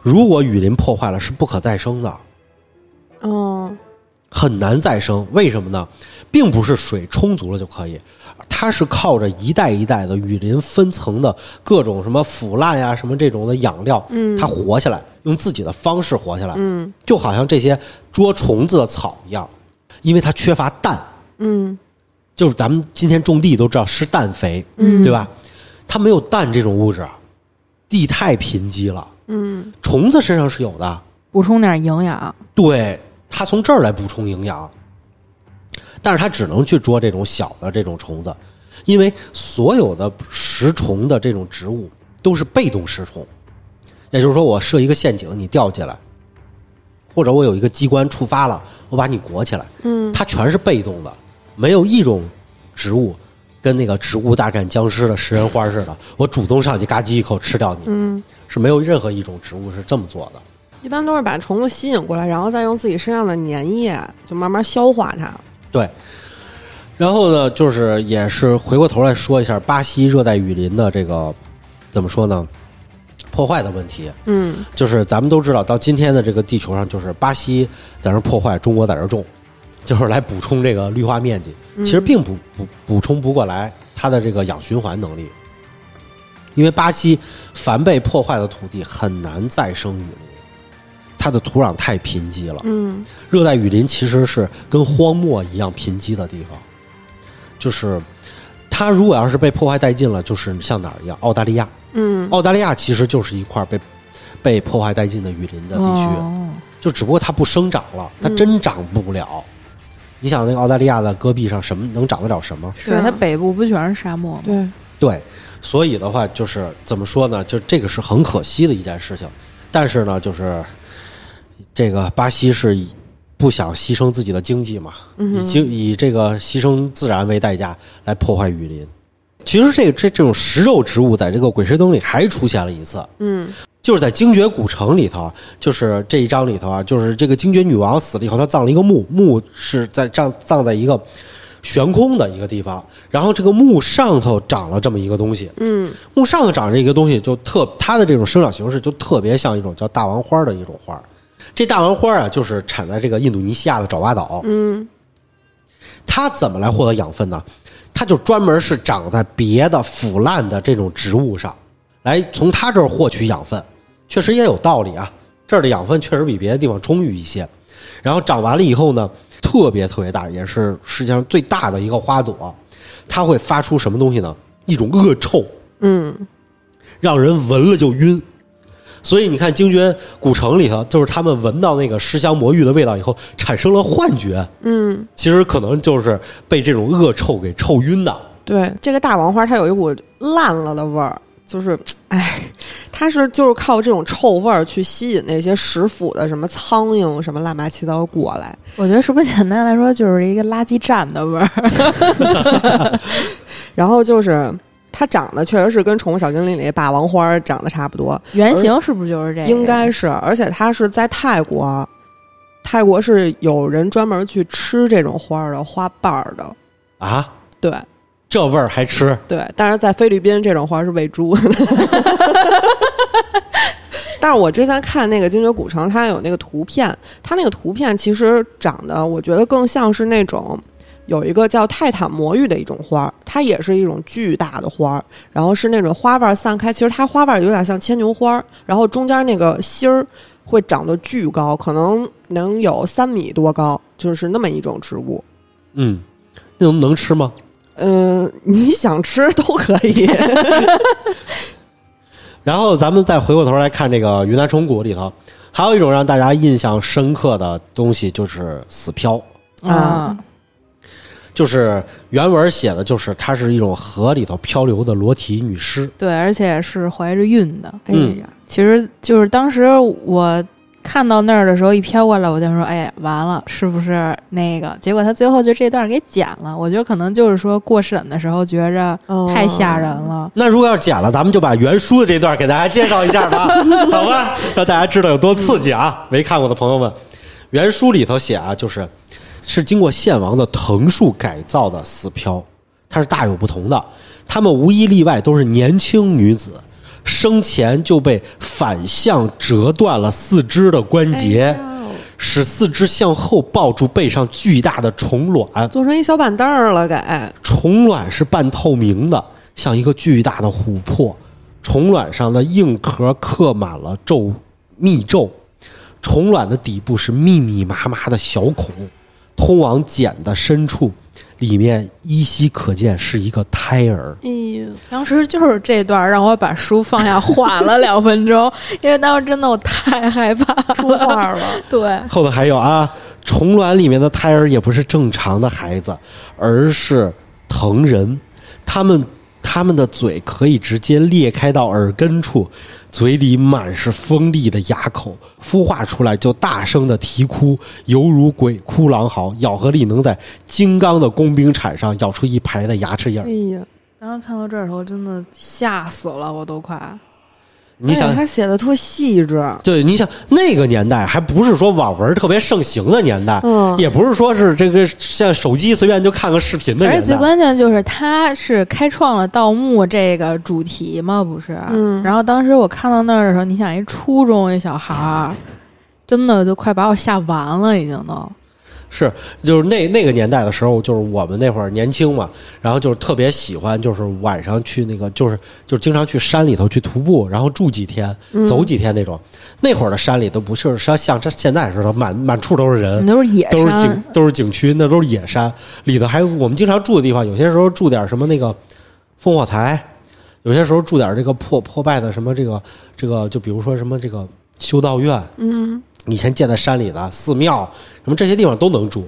如果雨林破坏了，是不可再生的，
哦，
很难再生。为什么呢？并不是水充足了就可以，它是靠着一代一代的雨林分层的各种什么腐烂呀、什么这种的养料，
嗯
它活下来，用自己的方式活下来，
嗯
就好像这些捉虫子的草一样，因为它缺乏氮，
嗯
就是咱们今天种地都知道施氮肥，
嗯
对吧？它没有氮这种物质，地太贫瘠了。
嗯
虫子身上是有的，
补充点营养。
对，它从这儿来补充营养，但是它只能去捉这种小的这种虫子，因为所有的食虫的这种植物都是被动食虫，也就是说，我设一个陷阱，你掉进来，或者我有一个机关触发了，我把你裹起来，
嗯
它全是被动的，没有一种植物跟那个《植物大战僵尸》的食人花似的，我主动上去嘎叽一口吃掉你，
嗯，
是没有任何一种植物是这么做的。
一般都是把虫子吸引过来，然后再用自己身上的粘液就慢慢消化它。
对，然后呢，就是也是回过头来说一下巴西热带雨林的这个怎么说呢？破坏的问题，
嗯
就是咱们都知道，到今天的这个地球上，就是巴西在那儿破坏，中国在这儿种，就是来补充这个绿化面积，
嗯
其实并不补补充不过来它的这个氧循环能力，因为巴西凡被破坏的土地很难再生雨林，它的土壤太贫瘠了。
嗯
热带雨林其实是跟荒漠一样贫瘠的地方，就是它如果要是被破坏殆尽了，就是像哪儿一样，澳大利亚。
嗯
澳大利亚其实就是一块被被破坏殆尽的雨林的地区，
哦
就只不过它不生长了，它
嗯
真长不了。你想，那个澳大利亚的戈壁上什么能长得了什么？
是
啊
它北部不全是沙漠吗？
对，
对，所以的话就是怎么说呢？就这个是很可惜的一件事情，但是呢，就是这个巴西是以不想牺牲自己的经济嘛，
嗯
以经以这个牺牲自然为代价来破坏雨林。其实这这这种食肉植物在这个《鬼吹灯》里还出现了一次，
嗯
就是在精绝古城里头啊，就是这一章里头啊，就是这个精绝女王死了以后，她葬了一个墓，墓是在葬葬在一个悬空的一个地方，然后这个墓上头长了这么一个东西，
嗯
墓上头长这个东西就特它的这种生长形式就特别像一种叫大王花的一种花儿，这大王花啊就是产在这个印度尼西亚的爪哇岛，
嗯
它怎么来获得养分呢？它就专门是长在别的腐烂的这种植物上，来从它这儿获取养分，确实也有道理啊。这儿的养分确实比别的地方充裕一些。然后长完了以后呢，特别特别大，也是世界上最大的一个花朵，它会发出什么东西呢？一种恶臭，
嗯
让人闻了就晕。所以你看，京觉古城里头，就是他们闻到那个尸香魔芋的味道以后，产生了幻觉，
嗯，
其实可能就是被这种恶臭给臭晕的。
对，这个大王花它有一股烂了的味儿，就是哎，它是就是靠这种臭味儿去吸引那些食腐的什么苍蝇什么乱八七糟过来。
我觉得是不是简单来说就是一个垃圾站的味儿？
然后就是它长得确实是跟《宠物小精灵》里霸王花儿长得差不多，
原型是不是就是这个？
应该是，而且它是在泰国，泰国是有人专门去吃这种花儿的花瓣儿的，
啊，
对
这味儿还吃？
对。但是在菲律宾，这种花儿是喂猪 的。但是我之前看那个精绝古城，它有那个图片，它那个图片其实长得，我觉得更像是那种有一个叫泰坦魔芋的一种花儿，它也是一种巨大的花儿，然后是那种花瓣散开，其实它花瓣有点像牵牛花儿，然后中间那个芯儿会长得巨高，可能能有三米多高，就是那么一种植物。
嗯，那能能吃吗？
嗯，你想吃都可以。
然后咱们再回过头来看这个云南虫谷里头，还有一种让大家印象深刻的东西就是死漂，
啊，
就是原文写的就是它是一种河里头漂流的裸体女尸。
对，而且是怀着孕的。
哎呀，
其实就是当时我看到那儿的时候一飘过来，我就说：“哎，完了，是不是那个？”结果他最后就这段给剪了。我觉得可能就是说过审的时候觉着
哦
太吓人了。
那如果要是剪了，咱们就把原书的这段给大家介绍一下吧，好吧？让大家知道有多刺激啊！没看过的朋友们，原书里头写啊，就是是经过献王的藤树改造的死漂，它是大有不同的。他们无一例外都是年轻女子，生前就被反向折断了四肢的关节，使四肢向后抱住背上巨大的虫卵。
做成一小板凳儿了，给
虫卵是半透明的，像一个巨大的琥珀。虫卵上的硬壳刻满了皱密皱，虫卵的底部是密密麻麻的小孔，通往茧的深处，里面依稀可见是一个胎儿。
哎呦，
当时就是这段让我把书放下，缓了两分钟，因为当时真的我太害怕
出
了。
画了，
对，
后头还有啊，虫卵里面的胎儿也不是正常的孩子，而是藤人，他们他们的嘴可以直接裂开到耳根处，嘴里满是锋利的牙口，孵化出来就大声的啼哭，犹如鬼哭狼嚎，咬合力能在金刚的工兵铲上咬出一排的牙齿印儿
嗯
哎。呀，
当时看到这儿的时候，真的吓死了，我都快。
你
哎
想
呀，他写的特细致，
对，你想那个年代还不是说网文特别盛行的年代，
嗯
也不是说是这个像手机随便就看个视频的
而且
年
最
代。
关键就是，他是开创了盗墓这个主题嘛，不是？
嗯
然后当时我看到那儿的时候，你想一初中一小孩儿，真的就快把我吓完了，已经都。
是，就是那那个年代的时候，就是我们那会儿年轻嘛，然后就是特别喜欢，就是晚上去那个，就是就是经常去山里头去徒步，然后住几天，走几天那种。那会儿的山里都不是像像这现在似的，满满处都是人，
你都是野
嗯都是
山
景，都是景区，那都是野山，里头还有我们经常住的地方，有些时候住点什么那个烽火台，有些时候住点这个破破败的什么这个这个，就比如说什么这个修道院，
嗯，
以前建在山里的寺庙，什么这些地方都能住。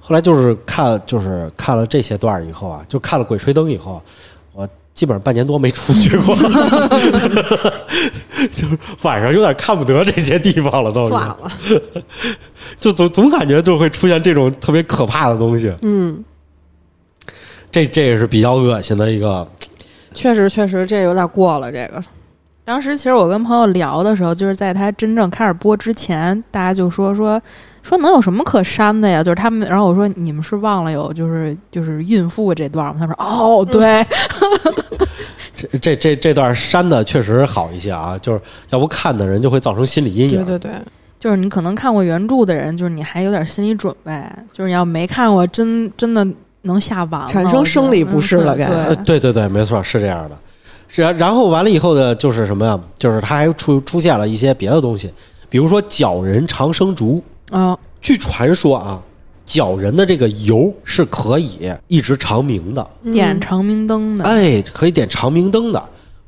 后来就是看就是看了这些段儿以后啊，就看了《鬼吹灯》以后，我基本上半年多没出去过， 就是晚上有点看不得这些地方了，都已经
算了，
就总总感觉就会出现这种特别可怕的东西，
嗯，
这这也是比较恶心的一个。
确实确实，这有点过了，这个，
当时其实我跟朋友聊的时候，就是在他真正开始播之前，大家就说说说能有什么可删的呀？就是他们，然后我说你们是忘了有就是就是孕妇这段吗？他说哦对，
这这这这段删的确实好一些啊，就是要不看的人就会造成心理阴影。
对对对，
就是你可能看过原著的人，就是你还有点心理准备，就是你要没看过，真真的能吓完了，
产生生理不适了
我觉
该
得
呃，
嗯对，
对对对，没错，是这样的。然然后完了以后的，就是什么呀？就是它还出出现了一些别的东西，比如说绞人长生竹。
嗯，
据传说啊，绞人的这个油是可以一直长明的，
点长明灯
嗯啊
的，
哎，可以点长明灯的。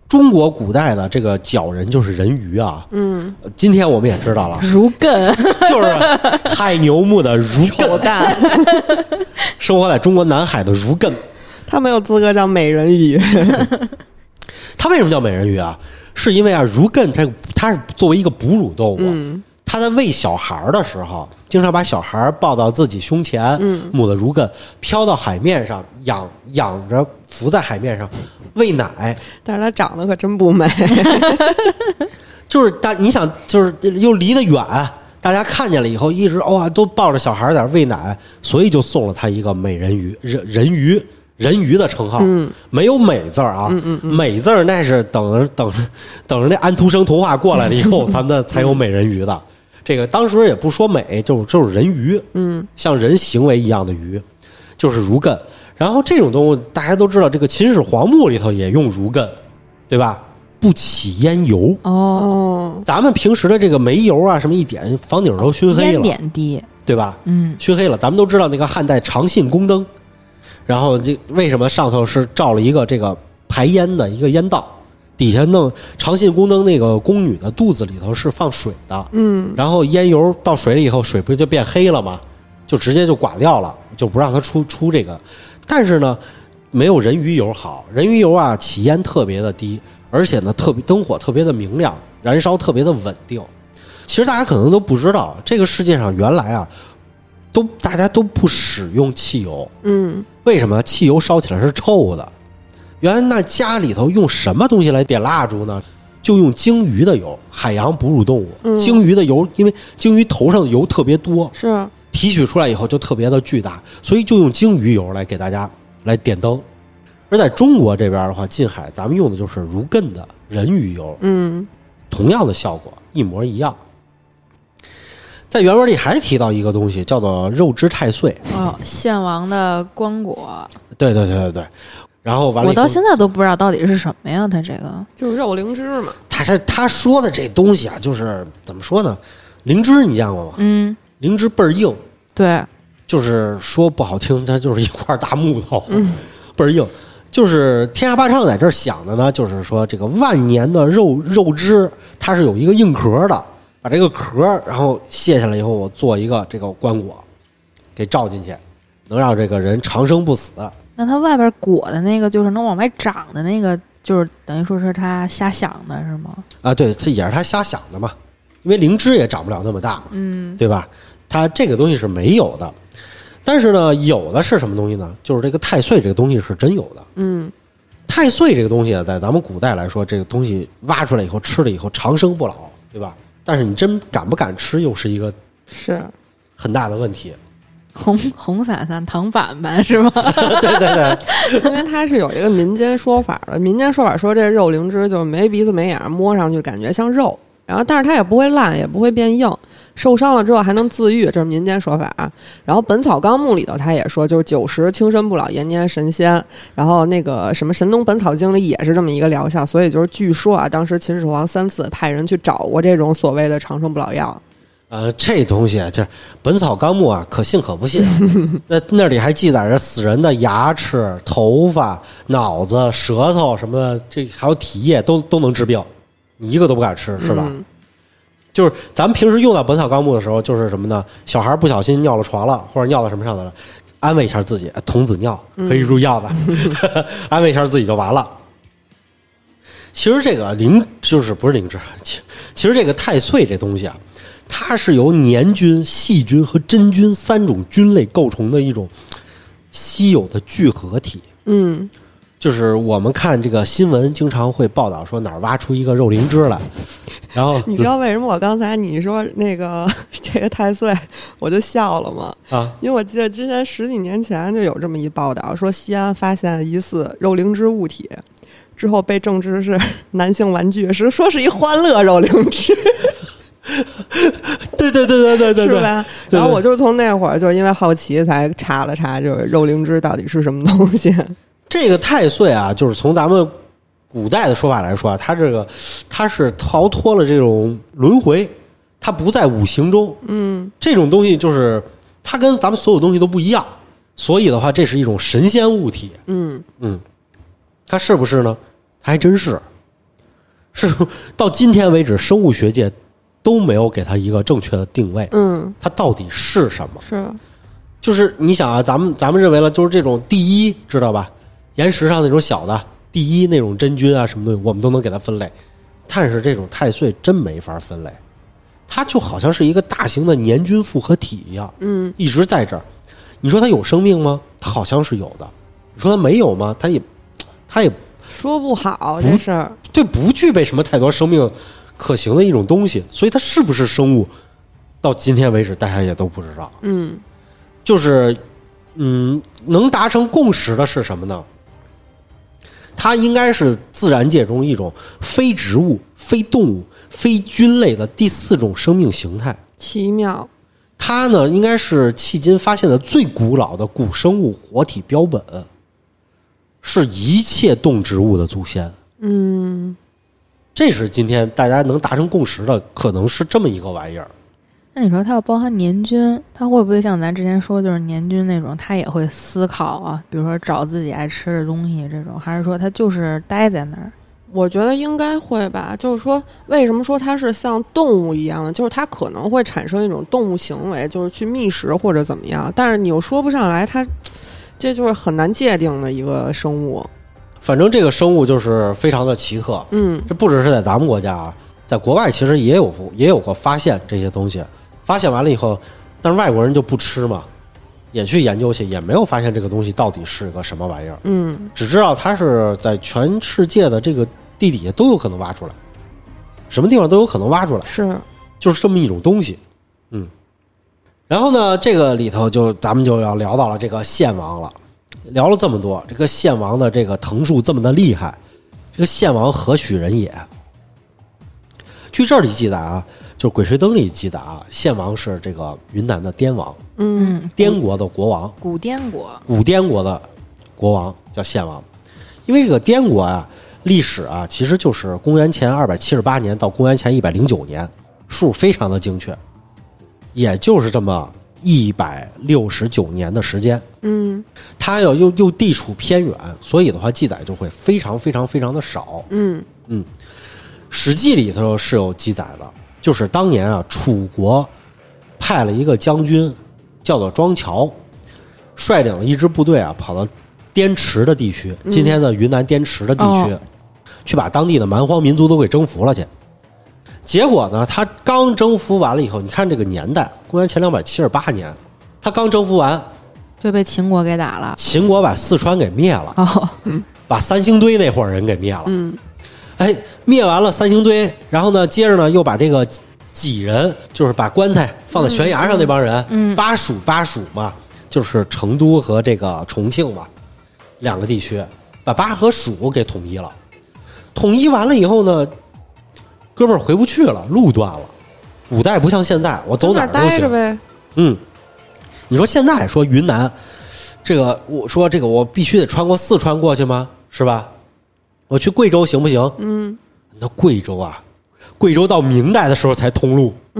中国古代的这个绞人就是人鱼啊，
嗯，
呃今天我们也知道了，
如艮，
就是亥牛木的如
狗
艮，
蛋，
生活在中国南海的如艮。
他没有资格叫美人鱼，
它为什么叫美人鱼啊？是因为啊，如艮它它是作为一个哺乳动物，
嗯
它在喂小孩儿的时候，经常把小孩儿抱到自己胸前，
嗯
母的如艮飘到海面上，仰仰着浮在海面上喂奶。
但是他长得可真不 美，
就是大，你想，就是又离得远，大家看见了以后，一直哇、都抱着小孩儿在那儿喂奶，所以就送了他一个美人鱼，人人鱼。人鱼的称号，嗯，没有美字儿啊，嗯嗯美字儿那是等着等着等着那安徒生童话过来了以后，咱们的才有美人鱼的。这个当时也不说美，就是就是人鱼，嗯，像人行为一样的鱼，就是儒艮。然后这种动物大家都知道，这个秦始皇墓里头也用儒艮，对吧？不起烟油，
哦，
哦，
咱们平时的这个煤油啊，什么一点，房顶都熏黑
烟
了，
点低，
对吧？
嗯，
熏黑了，咱们都知道那个汉代长信宫灯，然后这为什么上头是罩了一个这个排烟的一个烟道，底下弄长信宫灯那个宫女的肚子里头是放水的，
嗯，
然后烟油到水里以后，水不就变黑了吗？就直接就刮掉了，就不让它出出这个。但是呢，没有人鱼油好，人鱼油啊起烟特别的低，而且呢特别灯火特别的明亮，燃烧特别的稳定。其实大家可能都不知道，这个世界上原来啊，都大家都不使用汽油，
嗯，
为什么汽油烧起来是臭的？原来那家里头用什么东西来点蜡烛呢？就用鲸鱼的油，海洋哺乳动物。
嗯
鲸鱼的油，因为鲸鱼头上的油特别多，
是，
提取出来以后就特别的巨大，所以就用鲸鱼油来给大家来点灯。而在中国这边的话，近海咱们用的就是如艮的人鱼油，
嗯
同样的效果，一模一样。在原文里还提到一个东西，叫做肉汁太岁。
哦，献王的光果，
对对对对对。然后完了
我
以后，
到现在都不知道到底是什么呀？它这个
就是肉灵芝嘛，
他他他说的这东西啊，就是怎么说呢？灵芝你见过吗？
嗯，
灵芝倍儿硬，
对，
就是说不好听，它就是一块大木头，
嗯
倍儿硬。就是天下霸唱在这儿想的呢，就是说这个万年的肉肉汁，它是有一个硬壳的，把这个壳儿然后卸下来以后，我做一个这个棺椁，给罩进去，能让这个人长生不死。
那它外边裹的那个就是能往外长的那个，就是等于说是它瞎想的是吗？
啊，对，这也是他瞎想的嘛，因为灵芝也长不了那么大嘛，
嗯，
对吧？它这个东西是没有的，但是呢，有的是什么东西呢？就是这个太岁这个东西是真有的。
嗯
太岁这个东西啊，在咱们古代来说，这个东西挖出来以后吃了以后长生不老，对吧？但是你真敢不敢吃，又是一个
是，
很大的问题。
红红伞伞糖板板是吗？
对对对，
因为它是有一个民间说法的，民间说法说这肉灵芝就没鼻子没眼儿，摸上去感觉像肉，然后但是它也不会烂，也不会变硬，受伤了之后还能自愈，这是民间说法啊。然后《本草纲目》里头他也说，就是九十轻身不老，延年神仙。然后那个什么《神农本草经》里也是这么一个疗效，所以就是据说啊，当时秦始皇三次派人去找过这种所谓的长生不老药。
呃，这东西啊就是《本草纲目》啊，可信可不信。啊 那那里还记载着死人的牙齿、头发、脑子、舌头什么的，这还有体液都都能治病，你一个都不敢吃，是吧？
嗯
就是咱们平时用到《本草纲目》的时候，就是什么呢？小孩不小心尿了床了，或者尿到什么上头了，安慰一下自己，啊童子尿
嗯
可以入 药的，安慰一下自己就完了。其实这个灵就是不是灵芝，其其实这个太岁这东西啊，它是由年菌、细菌和真菌三种菌类构成的一种稀有的聚合体。
嗯，
就是我们看这个新闻，经常会报道说哪儿挖出一个肉灵芝来，然后
你知道为什么我刚才你说那个 这个太岁，我就笑了吗？
啊，
因为我记得之前十几年前就有这么一报道，说西安发现疑似肉灵芝物体，之后被证知是 男性玩具，是说是一欢乐肉灵芝，
对对对对对对
是
对，
吧？
对
然后我就从那会儿就因为好奇才查了查，就是肉灵芝到底是什么东西。
这个太岁啊，就是从咱们古代的说法来说啊，它这个它是逃脱了这种轮回，它不在五行中。嗯，这种东西就是它跟咱们所有东西都不一样，所以的话，这是一种神仙物体。
嗯，
嗯，它是不是呢？它还真是，是到今天为止，生物学界都没有给它一个正确的定位，
嗯，
它到底是什么？
是，
就是你想啊，咱们咱们认为了，就是这种第一，知道吧？岩石上那种小的第一那种真菌啊，什么东西，我们都能给它分类。但是这种太岁真没法分类，它就好像是一个大型的年菌复合体一样，
嗯，
一直在这儿。你说它有生命吗？它好像是有的。你说它没有吗？它也，它也
说不好这事儿。
对不具备什么太多生命可行的一种东西，所以它是不是生物，到今天为止大家也都不知道。
嗯
就是，嗯，能达成共识的是什么呢？它应该是自然界中一种非植物、非动物、非菌类的第四种生命形态。
奇妙。
它呢，应该是迄今发现的最古老的古生物活体标本，是一切动植物的祖先。
嗯，
这是今天大家能达成共识的，可能是这么一个玩意儿。
那你说它要包含年菌，它会不会像咱之前说，就是年菌那种，它也会思考啊？比如说找自己爱吃的东西这种，还是说它就是待在那
嗯
儿？
我觉得应该会吧，就是说，为什么说它是像动物一样的？就是它可能会产生一种动物行为，就是去觅食或者怎么样，但是你又说不上来它，这就是很难界定的一个生物。
反正这个生物就是非常的奇特，
嗯
这不只是在咱们国家啊，在国外其实也有也有过发现这些东西，发现完了以后，但是外国人就不吃嘛，也去研究去，也没有发现这个东西到底是个什么玩意儿，
嗯，
只知道它是在全世界的这个地底下都有可能挖出来，什么地方都有可能挖出来。
是，
就是这么一种东西，嗯。然后呢，这个里头就咱们就要聊到了这个献王了，聊了这么多，这个献王的这个藤术这么的厉害，这个献王何许人也？据这里记载啊，就《鬼吹灯》里记载啊，献王是这个云南的滇王，
嗯
嗯，
滇国的国王，
古滇国，
古滇国的国王叫献王，因为这个滇国啊，历史啊，其实就是公元前二百七十八年到公元前一百零九年，数非常的精确，也就是这么一百六十九年的时间。
嗯
它要又又地处偏远，所以的话记载就会非常非常非常的少。
嗯
《史记》里头是有记载的，就是当年啊，楚国派了一个将军，叫做庄乔，率领了一支部队啊，跑到滇池的地区，今天的云南滇池的地区，去把当地的蛮荒民族都给征服了去。结果呢，他刚征服完了以后，你看这个年代，公元前两百七十八年，他刚征服完，
就被秦国给打了。
秦国把四川给灭了，
哦，
把三星堆那伙人给灭了。
啊嗯
哎，灭完了三星堆，然后呢，接着呢又把这个几人，就是把棺材放在悬崖上那帮人，
嗯
巴蜀巴蜀嘛，就是成都和这个重庆嘛，两个地区，把巴和蜀给统一了。统一完了以后呢，哥们儿回不去了，路断了。古代不像现在，我走
在
哪儿
那
都
待
行
着。呗，
嗯，你说现在说云南，这个我说这个我必须得穿过四川过去吗？是吧？我去贵州行不行？
嗯
那贵州啊，贵州到明代的时候才通路，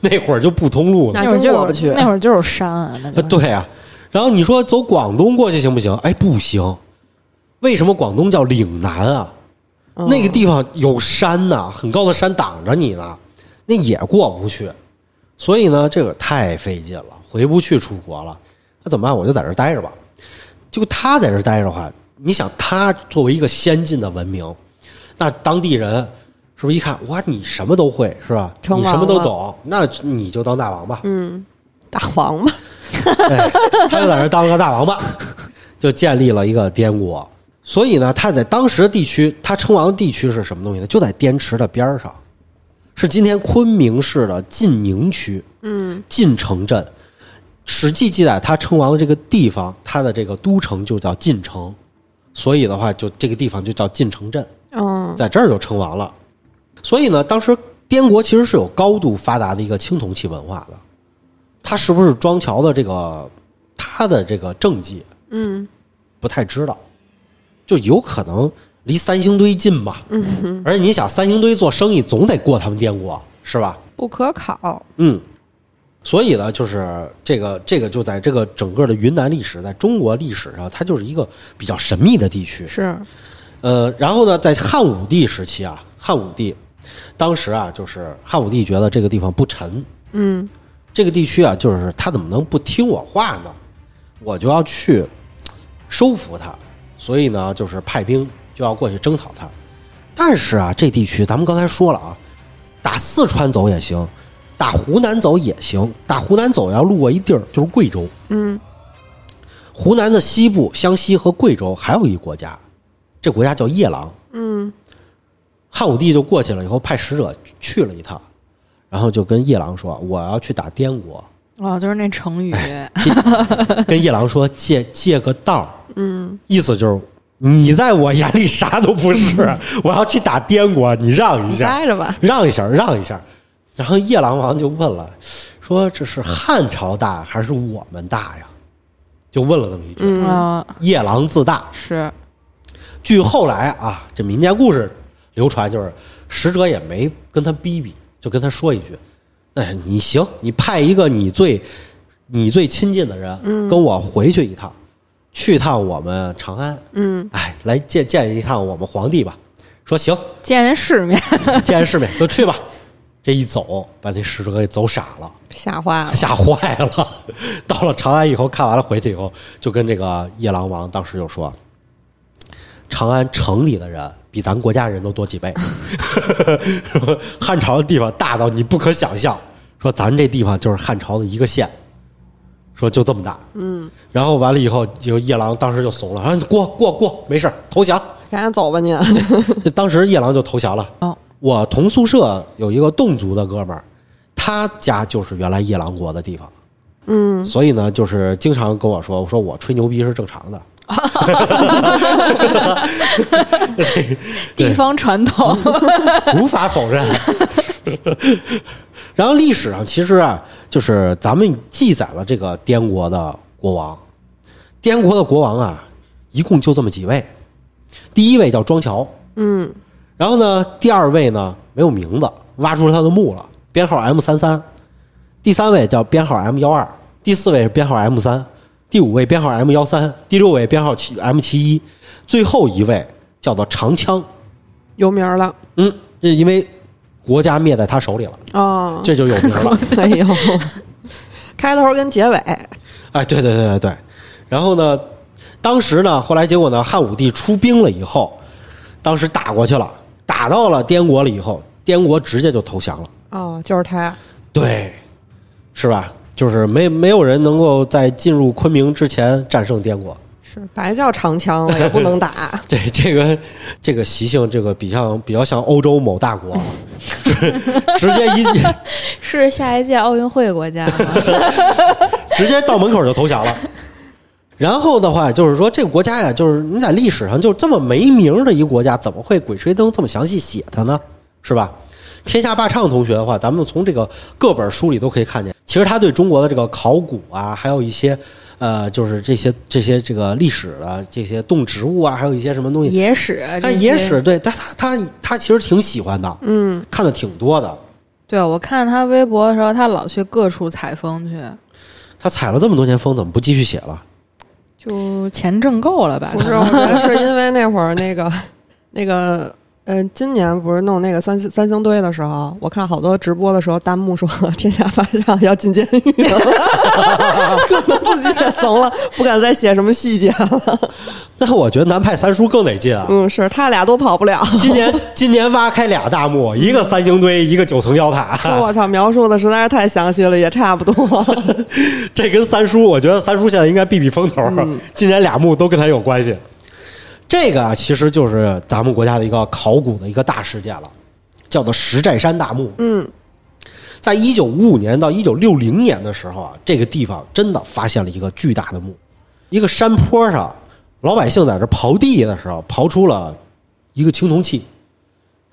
那会儿就不通路了。
那
会儿
真
就
过不
有
去
那会儿就有山啊，那
啊
就
对啊，然后你说走广东过去行不行？哎，不行。为什么广东叫岭南啊？
嗯
那个地方有山呐、很高的山挡着你呢，那也过不去。所以呢，这个太费劲了，回不去楚国了。那怎么办？我就在这儿待着吧。就他在这儿待着的话，你想他作为一个先进的文明，那当地人是不是一看哇，你什么都会是吧？
成
你什么
王
都
了
懂，那你就当大王吧。
嗯，大黄吧，
哎， 他就在那儿当了个大王八，就建立了一个滇国。所以呢，他在当时的地区，他称王的地区是什么东西呢？就在滇池的边儿上，是今天昆明市的晋宁区
嗯
晋城镇。《史记》记载他称王的这个地方，他的这个都城就叫晋城，所以的话，就这个地方就叫晋城镇。
嗯
在这儿就称王了。所以呢，当时滇国其实是有高度发达的一个青铜器文化的。他是不是庄乔的这个他的这个政绩
嗯
不太知道，就有可能离三星堆近嘛。
嗯，
而你想，三星堆做生意总得过他们滇国是吧？
不可考，
嗯，所以呢，就是这个这个就在这个整个的云南历史，在中国历史上，它就是一个比较神秘的地区。
是
呃，然后呢，在汉武帝时期啊，汉武帝当时啊，就是汉武帝觉得这个地方不沉，
嗯
这个地区啊，就是他怎么能不听我话呢？我就要去收服他，所以呢，就是派兵就要过去征讨他。但是啊，这地区咱们刚才说了啊，打四川走也行，打湖南走也行，打湖南走要路过一地儿，就是贵州。
嗯
湖南的西部，湘西和贵州还有一国家，这国家叫夜郎。
嗯
汉武帝就过去了，以后派使者去了一趟，然后就跟夜郎说：“我要去打滇国。
哦，就是那成语，
借”跟夜郎说借借个道儿，
嗯
意思就是你在我眼里啥都不 是，我要去打滇国，你让一
你
下，
待着吧，
让一下，让一下。然后夜郎王就问了，说：“这是汉朝大还是我们大呀？”就问了这么一句。
嗯
嗯，
夜郎自大，
是
据后来啊，这民间故事流传，就是使者也没跟他逼逼，就跟他说一句：“那你行，你派一个你最你最亲近的人跟我回去一趟，去趟我们长安，
嗯
哎，来见见一趟我们皇帝吧。”说行，
见见世面，
见世面就去吧。这一走，把那使者给走傻了。
吓坏了，
吓坏了。到了长安以后，看完了回去以后，就跟这个夜郎王当时就说：“长安城里的人比比咱国家人都多几倍。 说汉朝的地方大到你不可想象，说咱这地方就是汉朝的一个县，说就这么大。嗯，然后完了以后，就夜郎当时就怂了，啊，过过过，没事儿投降。
赶紧走吧您。
当时夜郎就投降了。
哦，
我同宿舍有一个侗族的哥们儿，他家就是原来夜郎国的地方。嗯，所以呢，就是经常跟我说，我说我吹牛逼是正常的，
地方传统，
无法否认。 然后历史上其实啊，就是咱们记载了这个滇国的国王，滇国的国王啊，一共就这么几位，第一位叫庄乔，
嗯，
然后呢，第二位呢没有名字，挖出他的墓了，编号 M 三三。第三位叫编号 M 幺二，第四位是编号 M 三，第五位编号 M 幺三，第六位编号七 M 七一，最后一位叫做长枪。
有名儿了
嗯，这因为国家灭在他手里了，
哦，
这就有名 了。
哎呦，开头跟结尾，
哎，对对对对对。然后呢，当时呢，后来结果呢，汉武帝出兵了以后，当时打过去了，打到了滇国了以后，滇国直接就投降了。
哦，就是他，
对，是吧？就是没没有人能够在进入昆明之前战胜滇国。。
是白叫长枪了，也不能打
对这个这个习性，这个比像比较像欧洲某大 国，直直接一
是下一届奥运会国家 吗？
直接到门口就投降了。然后的话，就是说这个国家呀，就是你在历史上就这么没名儿的一个国家，怎么会《鬼吹灯》这么详细写它呢？是吧？天下霸唱同学的话，咱们从这个各本书里都可以看见，其实他对中国的这个考古啊，还有一些呃，就是这些这些这个历史的这些动植物啊，还有一些什么东西，
野史，啊
他
这
野
些
史对他他他他其实挺喜欢的，
嗯，
看的挺多的。
对，我看他微博的时候，他老去各处采风去，
他采了这么多年风，怎么不继续写了？
就钱挣够了吧？
不是，我觉 得是因为那会儿那个那个。嗯、今年不是弄那个三星三星堆的时候，我看好多直播的时候，弹幕说“天下霸唱”要进监狱了， 可能自己也怂了，不敢再写什么细节了。
那我觉得南派三叔更得劲啊！
嗯，是他俩都跑不了。
今年今年挖开俩大墓，一个三星堆，一个九层妖塔。
我操，描述的实在是太详细了，也差不多。
这跟三叔，我觉得三叔现在应该避避风头。今年俩墓都跟他有关系。这个啊，其实就是咱们国家的一个考古的一个大事件了，叫做石寨山大墓。
嗯，
在一九五五年到一九六零年的时候啊，这个地方真的发现了一个巨大的墓，一个山坡上，老百姓在这刨地的时候，刨出了一个青铜器。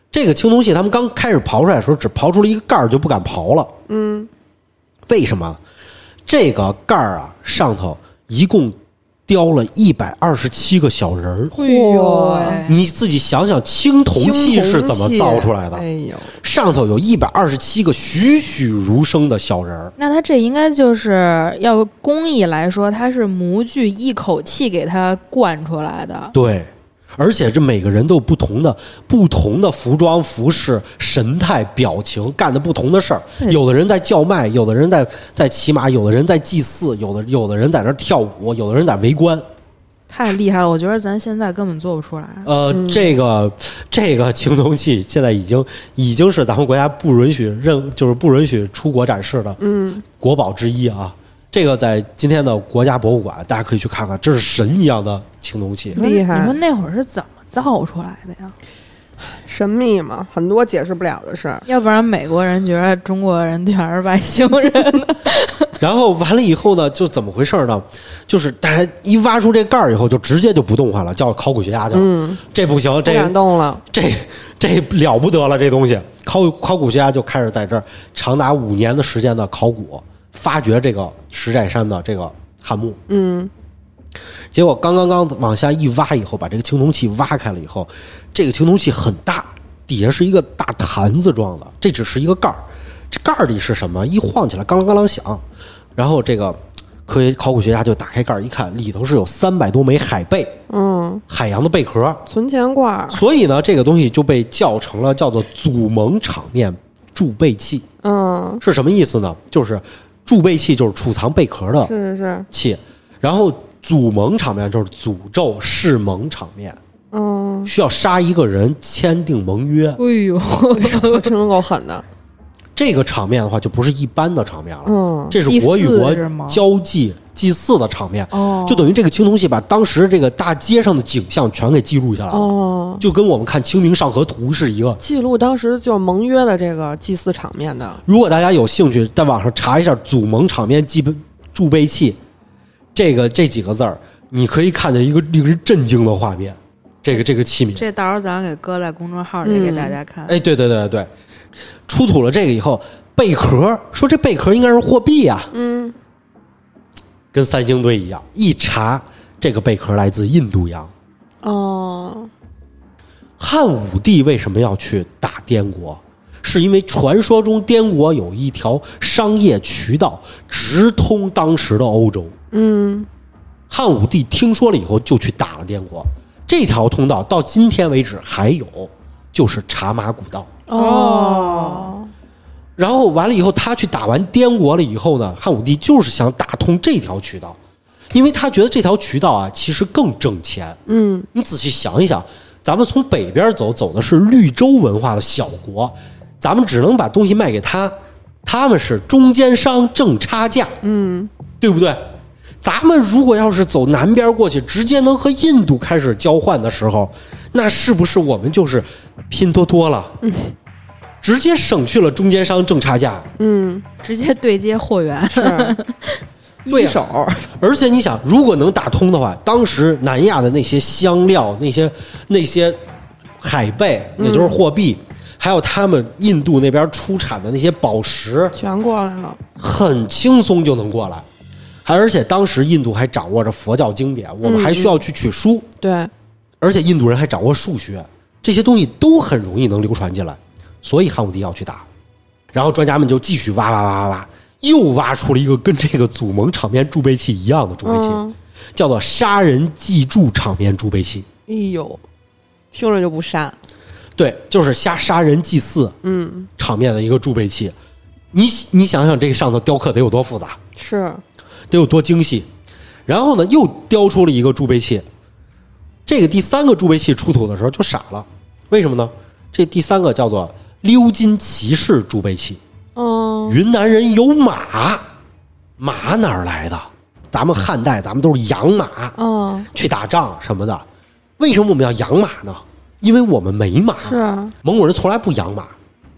这个青铜器，他们刚开始刨出来的时候，只刨出了一个盖儿，就不敢刨了。嗯，为什么？这个盖儿啊，上头一共雕了一百二十七个小人儿。
哎
呦
呦
喂
喂，
你自己想想，青啊铜器是怎么造出来的？
哎呦，
上头有一百二十七个栩栩如生的小人儿。
那他这应该就是要工艺来说，他是模具一口气给它灌出来的。
对，而且这每个人都有不同的、不同的服装、服饰、神态、表情，干的不同的事儿。
对
有的人在叫卖，有的人在在骑马，有的人在祭祀，有的有的人在那儿跳舞，有的人在围观。
太厉害了，我觉得咱现在根本做不出来。
呃，这个这个青铜器现在已经已经是咱们国家不允许任就是不允许出国展示的
嗯，
国宝之一啊。这个在今天的国家博物馆，大家可以去看看，这是神一样的青 铜器。
厉害
你说那会儿是怎么造出来的呀？
神秘嘛，很多解释不了的事儿。
要不然美国人觉得中国人全是外星人 呢？
然后完了以后呢，就怎么回事呢？就是大家一挖出这盖儿以后，就直接就不动弹了，叫考古学家去了。
嗯，
这不行，
不
这
敢动了。
这这了不得了，这东西考考古学家就开始在这儿长达五年的时间的考古，发掘这个石寨山的这个汉墓。
嗯，
结果刚刚刚往下一挖以后，把这个青铜器挖开了以后，这个青铜器很大，底下是一个大坛子装的，这只是一个盖儿，这盖儿里是什么？一晃起来，咣啷咣啷响。然后这个科学考古学家就打开盖儿一看，里头是有三百多枚海贝，
嗯，
海洋的贝壳。
存钱罐儿，
所以呢，这个东西就被叫成了叫做祖蒙场面铸贝器，
嗯，
是什么意思呢？就是铸贝器就是储藏贝壳的
是是是，
器，然后祖蒙场面就是诅咒世蒙场面，
嗯，
需要杀一个人签订盟约。
哎呦，
真的够狠的，
这个场面的话，就不是一般的场面了，
嗯，
这是
祭
国与
祀
国
是吗
交际祭祀的场面，
哦，
就等于这个青铜器把当时这个大街上的景象全给记录下来了，
哦，
就跟我们看《清明上河图》是一个。
记录当时就是盟约的这个祭祀场面的，
如果大家有兴趣，在网上查一下“祖盟场面祭铸碑器”这个这几个字儿，你可以看见一个令人震惊的画面。这个这个器皿，
这到时候咱给搁在公众号
嗯
里给大家看。
哎，对对对对，出土了这个以后，贝壳说这贝壳应该是货币呀、
嗯，
跟三星堆一样，一查这个贝壳来自印度洋。
哦，
汉武帝为什么要去打滇国？是因为传说中滇国有一条商业渠道直通当时的欧洲。
嗯，
汉武帝听说了以后，就去打了滇国。这条通道到今天为止还有，就是茶马古道。
哦，
然后完了以后，他去打完滇国了以后呢，汉武帝就是想打通这条渠道，因为他觉得这条渠道啊其实更挣钱。
嗯，
你仔细想一想，咱们从北边走，走的是绿洲文化的小国，咱们只能把东西卖给他，他们是中间商挣差价，嗯，对不对？咱们如果要是走南边过去，直接能和印度开始交换的时候，那是不是我们就是拼多多了？直接省去了中间商挣差价，
嗯，
直接对接货源。
是
对
一
呀
手，
而且你想，如果能打通的话，当时南亚的那些香料、那些那些海贝，也就是货币，还有他们印度那边出产的那些宝石，
全过来了，
很轻松就能过来。还而且当时印度还掌握着佛教经典，我们还需要去取书，
对，
而且印度人还掌握数学，这些东西都很容易能流传进来，所以汉武帝要去打。然后专家们就继续挖挖挖挖挖，又挖出了一个跟这个祖盟场面铸碑器一样的铸碑器。
嗯，
叫做杀人祭柱场面铸碑器。
哎呦，听着就不善，
对，就是杀杀人祭祀
嗯，
场面的一个铸碑器。你你想想，这个上头雕刻得有多复杂，
是，
得有多精细。然后呢，又雕出了一个铸碑器。这个第三个铸碑器出土的时候就傻了，为什么呢？这第三个叫做鎏金骑士铸碑器。
嗯，
云南人有马，马哪儿来的？咱们汉代咱们都是养马，
嗯，
去打仗什么的。为什么我们要养马呢？因为我们没马，
是，
蒙古人从来不养马。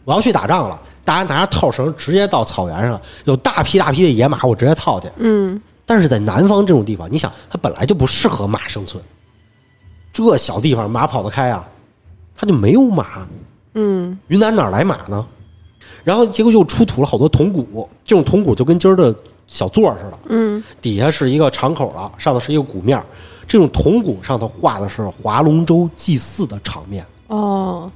我要去打仗了，大家拿着套绳直接到草原上，有大批大批的野马，我直接套去。
嗯，
但是在南方这种地方，你想，它本来就不适合马生存，这小地方马跑得开啊，它就没有马。
嗯，
云南哪儿来马呢？然后结果又出土了好多铜鼓，这种铜鼓就跟今儿的小座儿似的，
嗯，
底下是一个敞口了，上头是一个鼓面儿。这种铜鼓上头画的是划龙舟祭祀的场面。
哦，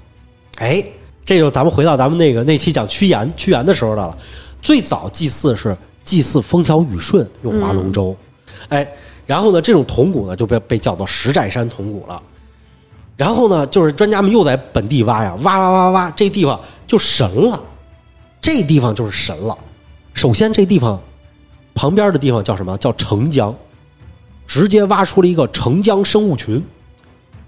哎，这就咱们回到咱们那个那期讲屈原屈原的时候的了。最早祭祀是祭祀风调雨顺，用划龙舟。哎，然后呢，这种铜鼓呢就被被叫做石寨山铜鼓了。然后呢，就是专家们又在本地挖呀，挖挖挖挖，这地方就神了，这地方就是神了。首先，这地方旁边的地方叫什么？叫澄江，直接挖出了一个澄江生物群。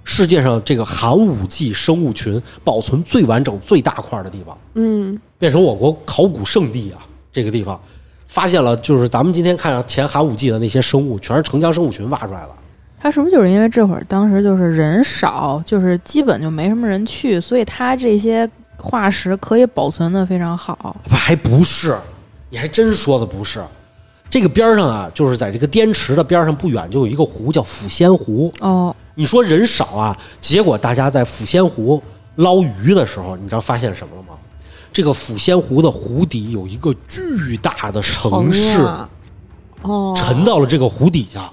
世界上这个寒武纪生物群保存最完整、最大块的地方，
嗯，
变成我国考古圣地啊！这个地方发现了，就是咱们今天看啊前寒武纪的那些生物，全是澄江生物群挖出来的。
他是不是就是因为这会儿当时就是人少，就是基本就没什么人去，所以他这些化石可以保存的非常好。
不还不是，你还真说的不是。这个边儿上啊，就是在这个滇池的边儿上不远，就有一个湖叫抚仙湖。
哦，
你说人少啊，结果大家在抚仙湖捞鱼的时候，你知道发现什么了吗？这个抚仙湖的湖底有一个巨大的城市
疼呀，啊哦，
沉到了这个湖底下，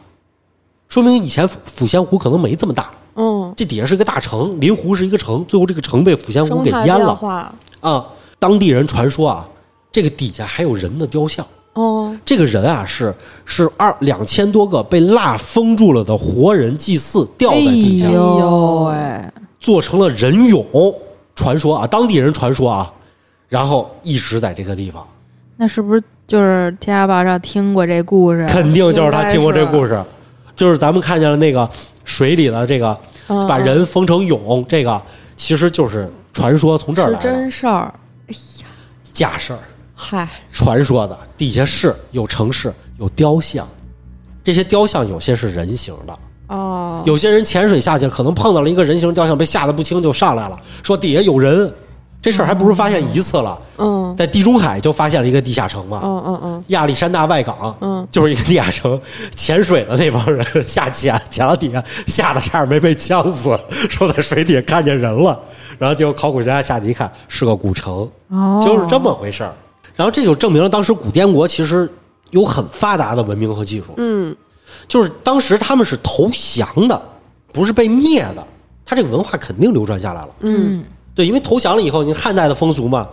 说明以前抚抚仙湖可能没这么大。
嗯，
这底下是一个大城，临湖是一个城，最后这个城被抚仙湖
生
给
态
淹
变
了
化，
啊！当地人传说啊，这个底下还有人的雕像。
哦，
这个人啊，是是二两千多个被蜡封住了的活人祭祀吊
哎
在地下，
呦喂，
做成了人俑。传说啊，当地人传说啊，然后一直在这个地方，
那是不是就是天涯爆炸听过这故事？
肯定就是他听过这故事，就是咱们看见了那个水里的这个
嗯
把人封成蛹，这个其实就是传说从这儿
是
来的
真事儿。哎呀，
架事儿，
嗨，
传说的地下室有城市有雕像，这些雕像有些是人形的，
哦，
有些人潜水下去了，可能碰到了一个人形雕像，被吓得不轻，就上来了，说底下有人。这事儿还不是发现一次了，
嗯
在地中海就发现了一个地下城嘛，
嗯嗯嗯，
亚历山大外港，
嗯，
就是一个地下城，潜水的那帮人下潜，啊潜到底下，吓得差点没被呛死，说在水底下看见人了，然后结果考古学家下去一看，是个古城，
哦，
就是这么回事儿。然后这就证明了当时古滇国其实有很发达的文明和技术，
嗯，
就是当时他们是投降的，不是被灭的，他这个文化肯定流传下来了。
嗯，
对，因为投降了以后，你汉代的风俗嘛，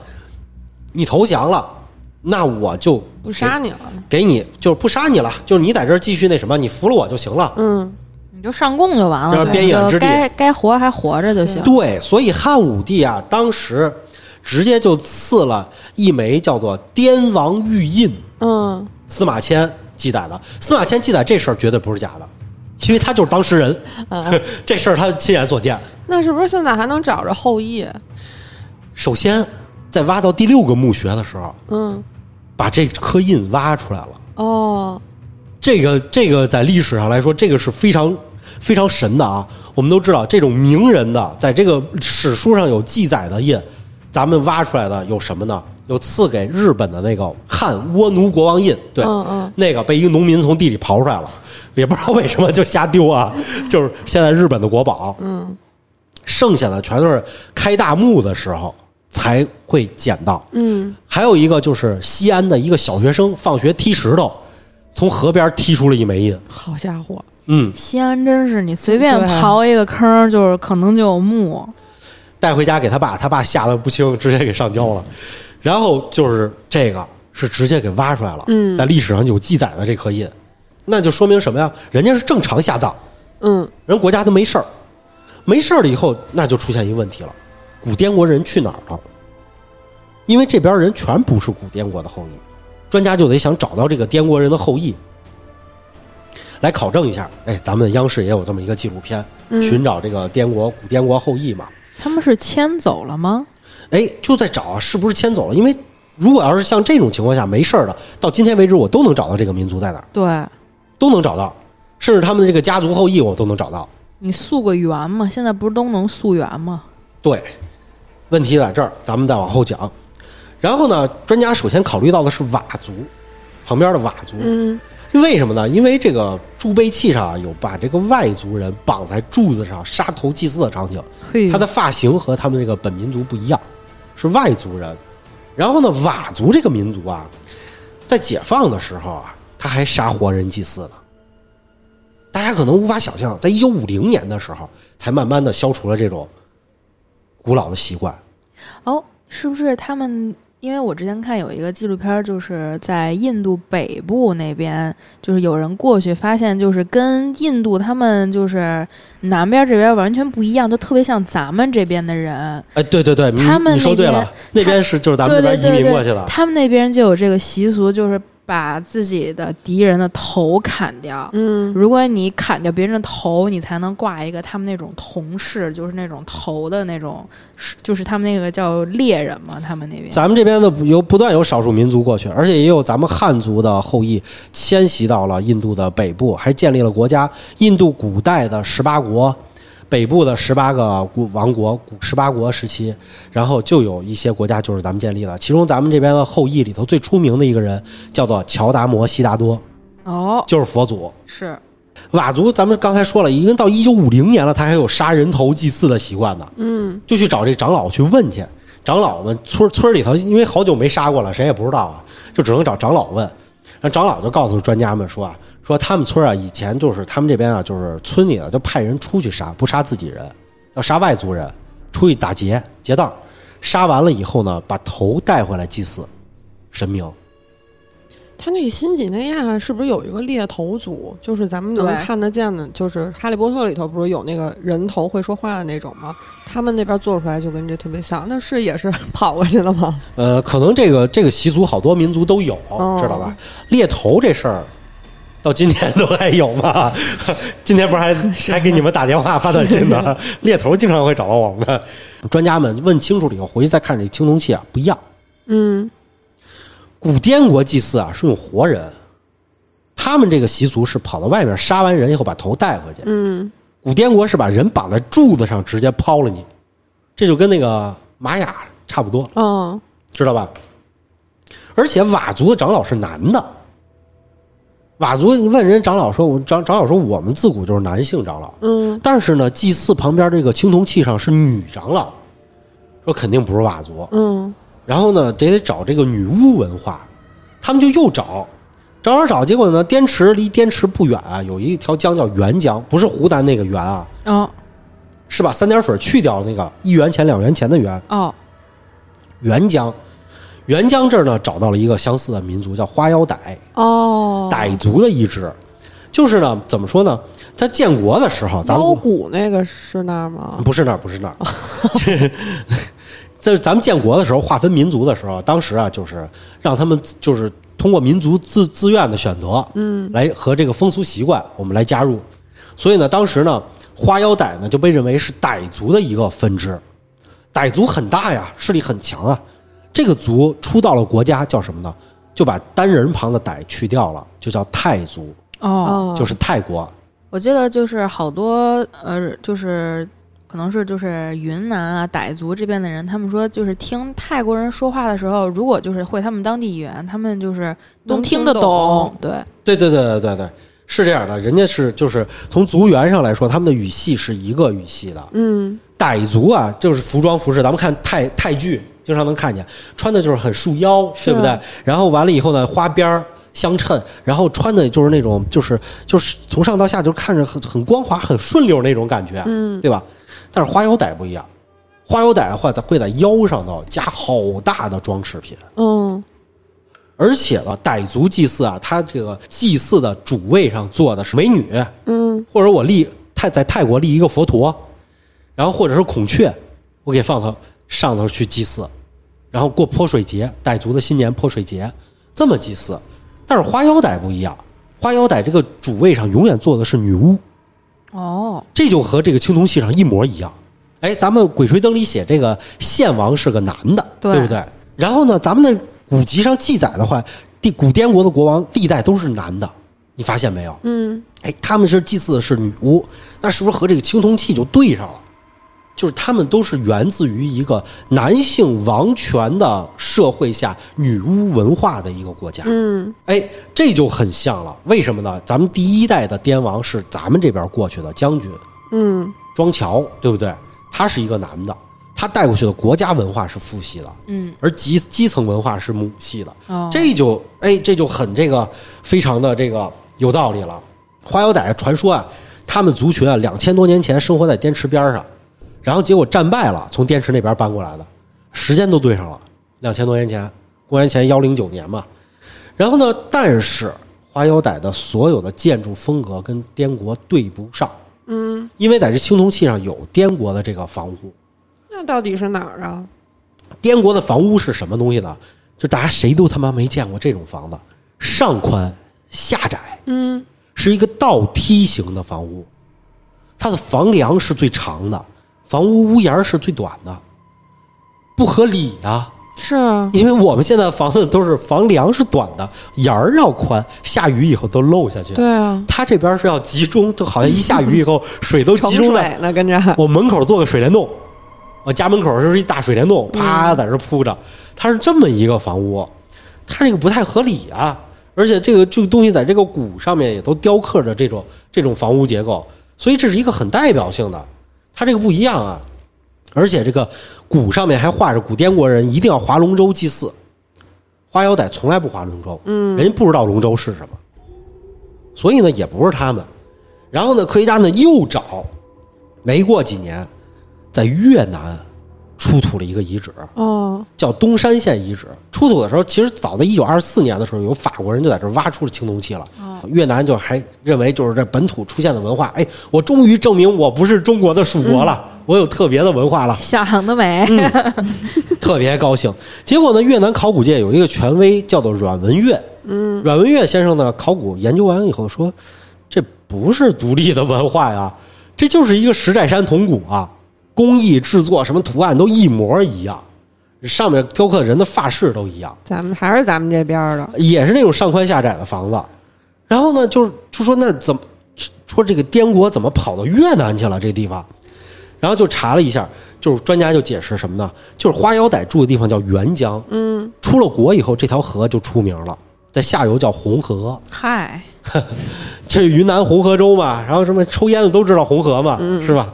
你投降了，那我就
不杀你了。
给你就是不杀你了，就是你在这儿继续那什么，你服了我就行了。
嗯
你就上供就完了，
就是
对
边远之
就
地
该该活还活着就行。
对，所以汉武帝啊，当时直接就赐了一枚叫做“滇王玉印
嗯，”，
司马迁记载的。司马迁记载这事儿绝对不是假的，因为他就是当事人， 这事儿他亲眼所见。
呃那是不是现在还能找着后裔？
首先，在挖到第六个墓穴的时候，
嗯，
把这刻印挖出来了。
哦，
这个这个在历史上来说，这个是非常非常神的啊！我们都知道，这种名人的，在这个史书上有记载的印，咱们挖出来的有什么呢？有赐给日本的那个汉倭奴国王印，对，
嗯嗯
那个被一个农民从地里刨出来了，也不知道为什么就瞎丢啊， 就是现在日本的国宝，
嗯，
剩下的全都是开大墓的时候才会捡到，
嗯，
还有一个就是西安的一个小学生放学踢石头，从河边踢出了一枚印。
好家伙，
嗯，
西安真是你随便
对啊
刨一个坑儿，就是可能就有墓。
带回家给他爸，他爸吓得不轻，直接给上交了。然后就是这个是直接给挖出来了，
嗯
在历史上有记载的这颗印，那就说明什么呀？人家是正常下葬，
嗯
人国家都没事儿，没事儿了以后，那就出现一个问题了：古滇国人去哪儿了？因为这边人全不是古滇国的后裔，专家就得想找到这个滇国人的后裔，来考证一下。哎，咱们央视也有这么一个纪录片，
嗯
寻找这个滇国古滇国后裔嘛。
他们是迁走了吗？
哎，就在找是不是迁走了？因为如果要是像这种情况下没事儿的，到今天为止我都能找到这个民族在哪儿，
对
都能找到，甚至他们的这个家族后裔我都能找到。
你溯个源嘛，现在不是都能溯源吗？
对，问题在这儿，咱们再往后讲。然后呢，专家首先考虑到的是佤族旁边的佤族，
嗯
为什么呢？因为这个铸杯器上啊有把这个外族人绑在柱子上杀头祭祀的场景，
嘿
他的发型和他们这个本民族不一样，是外族人。然后呢，佤族这个民族啊，在解放的时候啊，他还杀活人祭祀呢。大家可能无法想象，在一九五零年的时候，才慢慢的消除了这种古老的习惯。
哦，是不是他们？因为我之前看有一个纪录片儿，就是在印度北部那边，就是有人过去发现，就是跟印度他们就是南边这边完全不一样，就特别像咱们这边的人。
哎，对对对，你
他们
你说
那
对
边
了，那边是就是咱们
对对
这边
对
移民过去
对
的，，
他们那边就有这个习俗，就是把自己的敌人的头砍掉。
嗯
如果你砍掉别人的头，你才能挂一个他们那种铜饰，就是那种头的那种，是就是他们那个叫猎人嘛，他们那边。
咱们这边的有不断有少数民族过去，而且也有咱们汉族的后裔迁徙到了印度的北部，还建立了国家。印度古代的十八国，北部的十八个古王国，古十八国时期，然后就有一些国家就是咱们建立的。其中咱们这边的后裔里头最出名的一个人叫做乔达摩悉达多，
哦，
就是佛祖。
是
佤族，咱们刚才说了，已经到一九五零年了，他还有杀人头祭祀的习惯呢。
嗯
就去找这长老去问去。长老们村村里头，因为好久没杀过了，谁也不知道啊，就只能找长老问。然后长老就告诉专家们说啊，说他们村啊，以前就是他们这边啊，就是村里啊，就派人出去杀，不杀自己人，要杀外族人，出去打劫劫道，杀完了以后呢，把头带回来祭祀神明。
他那个新几内亚是不是有一个猎头族？就是咱们能
对
看得见的，就是《哈利波特》里头不是有那个人头会说话的那种吗？他们那边做出来就跟这特别像，那是也是 跑过去了吗？
呃，可能这个这个习俗好多民族都有，知道吧？猎头这事儿。到今天都还有吗？ 今天不是还还给你们打电话发短信呢？猎头经常会找到我们的专家们问清楚了以后，回去再看这青铜器啊，不一样。
嗯，
古滇国祭祀啊是用活人，他们这个习俗是跑到外面杀完人以后把头带回去。
嗯，
古滇国是把人绑在柱子上直接抛了你，这就跟那个玛雅差不多，
哦，
知道吧？而且佤族的长老是男的，佤族你问人长老说，我长长老说我们自古就是男性长老，
嗯，
但是呢，祭祀旁边这个青铜器上是女长老，说肯定不是佤族，
嗯，
然后呢，得得找这个女巫文化，他们就又找，找找找，结果呢，滇池离滇池不远啊，有一条江叫沅江，不是湖南那个沅啊，
哦
是把三点水去掉那个一元钱两元钱的元，
哦，
沅江。沅江这儿呢，找到了一个相似的民族，叫花腰傣，
哦，
傣族的一支。就是呢，怎么说呢？在建国的时候，咱
腰
们
鼓那个是那儿吗？
不是那儿，不是那儿。 在咱们建国的时候，划分民族的时候，当时啊，就是让他们自就是通过民族自自愿的选择，嗯，来和这个风俗习惯我们来加入。所以呢，当时呢，花腰傣呢就被认为是傣族的一个分支。傣族很大呀，势力很强啊。这个族出到了国家叫什么呢？就把单人旁的傣去掉了，就叫泰族，
哦，
哦，
就是泰国。
我记得就是好多呃，就是可能是就是云南啊傣族这边的人，他们说就是听泰国人说话的时候，如果就是会他们当地语言，他们就是都
能听
听得
懂
对，
对对对对对对，是这样的，人家是就是从族源上来说，他们的语系是一个语系的。
嗯，
傣族啊，就是服装服饰，咱们看泰泰剧经常能看见，穿的就是很束腰，
是啊
对不对？然后完了以后呢，花边儿。相衬，然后穿的就是那种，就是就是从上到下就看着很很光滑、很顺溜那种感觉，
嗯
对吧？但是花腰傣不一样，花腰傣会在会在腰上头加好大的装饰品，
嗯，
而且呢，傣族祭祀啊，它这个祭祀的主位上坐的是美女，
嗯，
或者我立泰在泰国立一个佛陀，然后或者是孔雀，我给放到上头去祭祀，然后过泼水节，傣族的新年泼水节这么祭祀。但是花腰傣不一样，花腰傣这个主位上永远坐的是女巫，
哦
这就和这个青铜器上一模一样。哎，咱们《鬼吹灯》里写这个献王是个男的，
对
不对？然后呢，咱们的古籍上记载的话，帝古滇国的国王历代都是男的，你发现没有？
嗯，
哎，他们是祭祀的是女巫，那是不是和这个青铜器就对上了？就是他们都是源自于一个男性王权的社会下女巫文化的一个国家。
嗯，
哎，这就很像了。为什么呢？咱们第一代的滇王是咱们这边过去的将军
嗯，
庄乔，对不对？他是一个男的，他带过去的国家文化是父系的，
嗯
而基基层文化是母系的。
哦
这就哎，这就很这个非常的这个有道理了。花腰傣传说啊，他们族群啊，两千多年前生活在滇池边上，然后结果战败了，从滇池那边搬过来的，时间都对上了，两千多年前，公元前幺零九年嘛。然后呢，但是花腰傣的所有的建筑风格跟滇国对不上，
嗯，
因为在这青铜器上有滇国的这个房屋，
那到底是哪儿啊？
滇国的房屋是什么东西呢？就大家谁都他妈没见过这种房子，上宽下窄，
嗯，
是一个倒梯形的房屋，它的房梁是最长的，房屋屋檐是最短的，不合理呀、
是啊，
因为我们现在房子都是房梁是短的，檐儿要宽，下雨以后都漏下去。
对啊，
它这边是要集中，就好像一下雨以后水都
盛
集中在
水呢，跟着，
我门口做个水帘洞，我家门口就是一大水帘洞，啪在这铺着，它是这么一个房屋，它这个不太合理啊。而且这个这个东西在这个鼓上面也都雕刻着这种这种房屋结构，所以这是一个很代表性的。它这个不一样啊，而且这个鼓上面还画着古滇国人一定要划龙舟祭祀，花腰傣从来不划龙舟，嗯，人家不知道龙舟是什么，所以呢也不是他们。然后呢，科学家呢又找没过几年，在越南出土了一个遗址，
哦，
叫东山县遗址。出土的时候，其实早在一九二四年的时候，有法国人就在这挖出了青铜器了。越南就还认为就是这本土出现的文化，哎，我终于证明我不是中国的属国了，我有特别的文化了，
想得美，
特别高兴。结果呢，越南考古界有一个权威叫做阮文月，
嗯，
阮文岳先生呢，考古研究完以后说，这不是独立的文化呀，这就是一个石寨山铜鼓啊，工艺制作什么图案都一模一样，上面雕刻人的发饰都一样，
咱们还是咱们这边儿的，
也是那种上宽下窄的房子。然后呢，就是就说那怎么说这个滇国怎么跑到越南去了这地方？然后就查了一下，就是专家就解释什么呢？就是花腰傣住的地方叫沅江，
嗯，
出了国以后，这条河就出名了，在下游叫红河。
嗨，
这云南红河州嘛，然后什么抽烟的都知道红河嘛，是吧？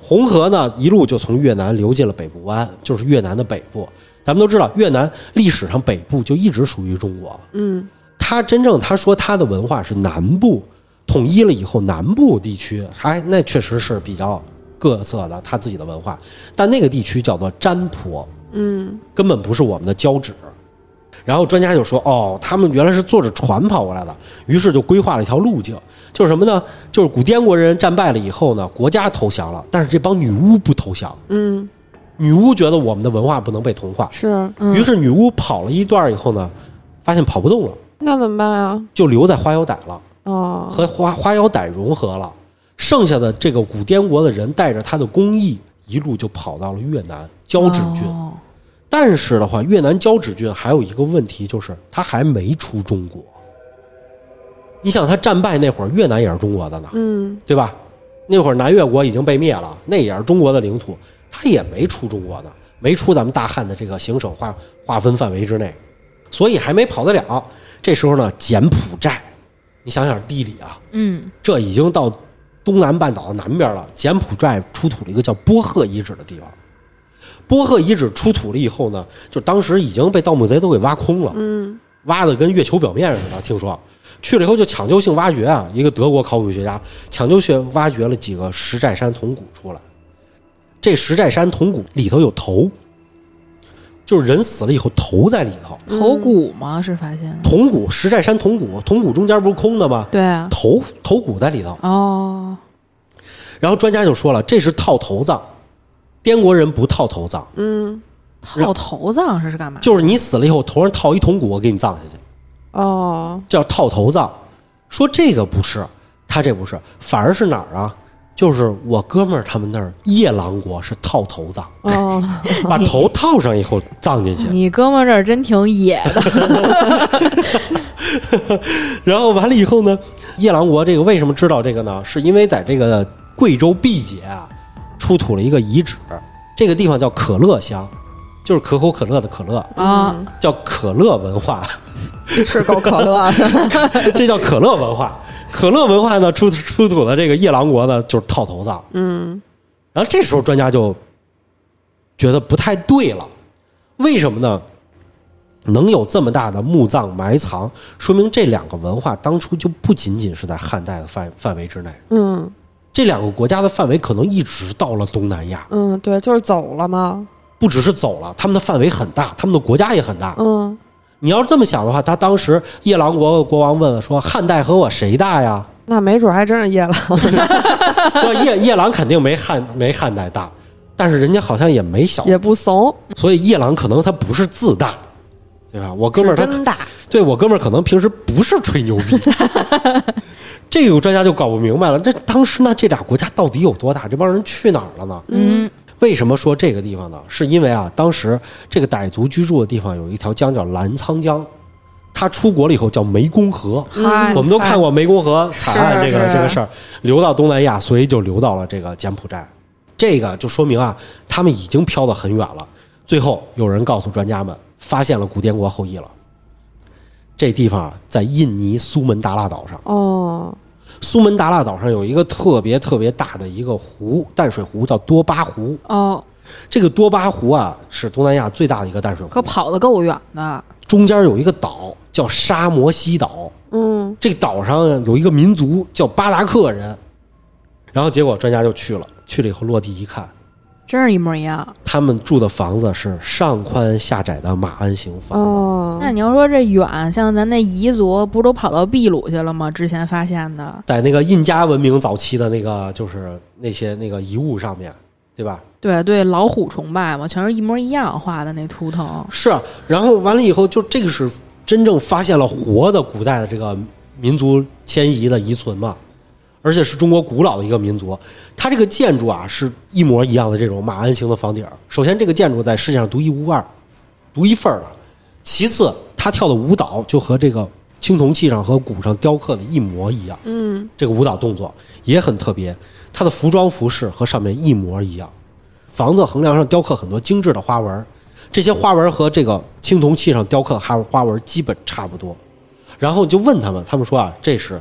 红河呢，一路就从越南流进了北部湾，就是越南的北部。咱们都知道，越南历史上北部就一直属于中国。
嗯，
他真正他说他的文化是南部统一了以后，南部地区还那确实是比较各色的他自己的文化，但那个地区叫做占婆，
嗯，
根本不是我们的交趾。然后专家就说：“哦，他们原来是坐着船跑过来的。”于是就规划了一条路径，就是什么呢？就是古滇国人战败了以后呢，国家投降了，但是这帮女巫不投降。
嗯，
女巫觉得我们的文化不能被同化，
是，
嗯
于是女巫跑了一段以后呢，发现跑不动了，
那怎么办啊？
就留在花腰傣了，
哦，
和花花腰傣融合了。剩下的这个古滇国的人带着他的工艺，一路就跑到了越南交趾郡。
哦
但是的话，越南交趾郡还有一个问题，就是它还没出中国。你想，他战败那会儿，越南也是中国的呢，
嗯，
对吧？那会儿南越国已经被灭了，那也是中国的领土，它也没出中国呢，没出咱们大汉的这个行省划划分范围之内，所以还没跑得了。这时候呢，柬埔寨，你想想地理啊，
嗯，
这已经到东南半岛的南边了。柬埔寨出土了一个叫波赫遗址的地方。波赫遗址出土了以后呢，就当时已经被盗墓贼都给挖空了，
嗯，
挖的跟月球表面似的。听说去了以后就抢救性挖掘啊，一个德国考古学家抢救性挖掘了几个石寨山铜鼓出来。这石寨山铜鼓里头有头，就是人死了以后头在里头。
头骨吗？是发现的？
铜鼓石寨山铜鼓，铜鼓中间不是空的吗？
对啊，
头头骨在里头。
哦，
然后专家就说了，这是套头葬，滇国人不套头葬，
嗯，
套头葬是是干嘛？
就是你死了以后头上套一铜鼓，我给你葬下去，
哦，
叫套头葬。说这个不是，他这不是，反而是哪儿啊？就是我哥们儿他们那儿夜郎国是套头葬，
哦，
把头套上以后葬进去，
你哥们儿这儿真挺野的，
然后完了以后呢，夜郎国这个为什么知道这个呢？是因为在这个贵州毕节啊，出土了一个遗址，这个地方叫可乐乡，就是可口可乐的可乐，
啊
嗯
叫可乐文化。
是够可乐的，
这叫可乐文化。可乐文化呢，出出土的这个夜郎国呢，就是套头葬。
嗯，
然后这时候专家就觉得不太对了，为什么呢？能有这么大的墓葬埋藏，说明这两个文化当初就不仅仅是在汉代的范范围之内，
嗯
这两个国家的范围可能一直到了东南亚，
嗯，对，就是走了嘛，
不只是走了，他们的范围很大，他们的国家也很大。
嗯
你要是这么想的话，他当时夜郎国国王问了说：“汉代和我谁大呀？”
那没准还真是夜郎，
那夜夜郎肯定没汉没汉代大，但是人家好像也没小，
也不怂，
所以夜郎可能他不是自大，对吧？我哥们儿他
是真大，
对我哥们儿可能平时不是吹牛 逼，这个专家就搞不明白了。这当时那这俩国家到底有多大？这帮人去哪儿了呢？
嗯，
为什么说这个地方呢？是因为啊，当时这个傣族居住的地方有一条江叫澜沧江，他出国了以后叫湄公河。
嗯
嗨
我们都看过湄公河惨案这
哎是
个
是
这个事儿，流到东南亚，所以就流到了这个柬埔寨。这个就说明啊，他们已经飘得很远了。最后有人告诉专家们，发现了古滇国后裔了。这地方啊在印尼苏门答腊岛上，
哦，
苏门答腊岛上有一个特别特别大的一个湖，淡水湖叫多巴湖。
哦，
这个多巴湖啊，是东南亚最大的一个淡水
可
湖，
跑得够远的，
中间有一个岛叫沙摩西岛。
嗯
这个岛上有一个民族叫巴达克人，然后结果专家就去了，去了以后落地一看，
真是一模一样。
他们住的房子是上宽下窄的马鞍形房子，
哦，
那你要说这远，像咱那彝族不是都跑到秘鲁去了吗？之前发现的，
在那个印加文明早期的那个就是那些那个遗物上面，对吧？
对对，老虎崇拜嘛，全是一模一样画的那图腾。
是啊，然后完了以后就这个是。真正发现了活的古代的这个民族迁移的遗存嘛，而且是中国古老的一个民族。它这个建筑啊是一模一样的这种马鞍形的房顶儿。首先，这个建筑在世界上独一无二、独一份儿的；其次，他跳的舞蹈就和这个青铜器上和鼓上雕刻的一模一样。
嗯，
这个舞蹈动作也很特别，它的服装服饰和上面一模一样。房子横梁上雕刻很多精致的花纹儿，这些花纹儿和这个青铜器上雕刻的花花纹儿基本差不多。然后就问他们，他们说啊，这是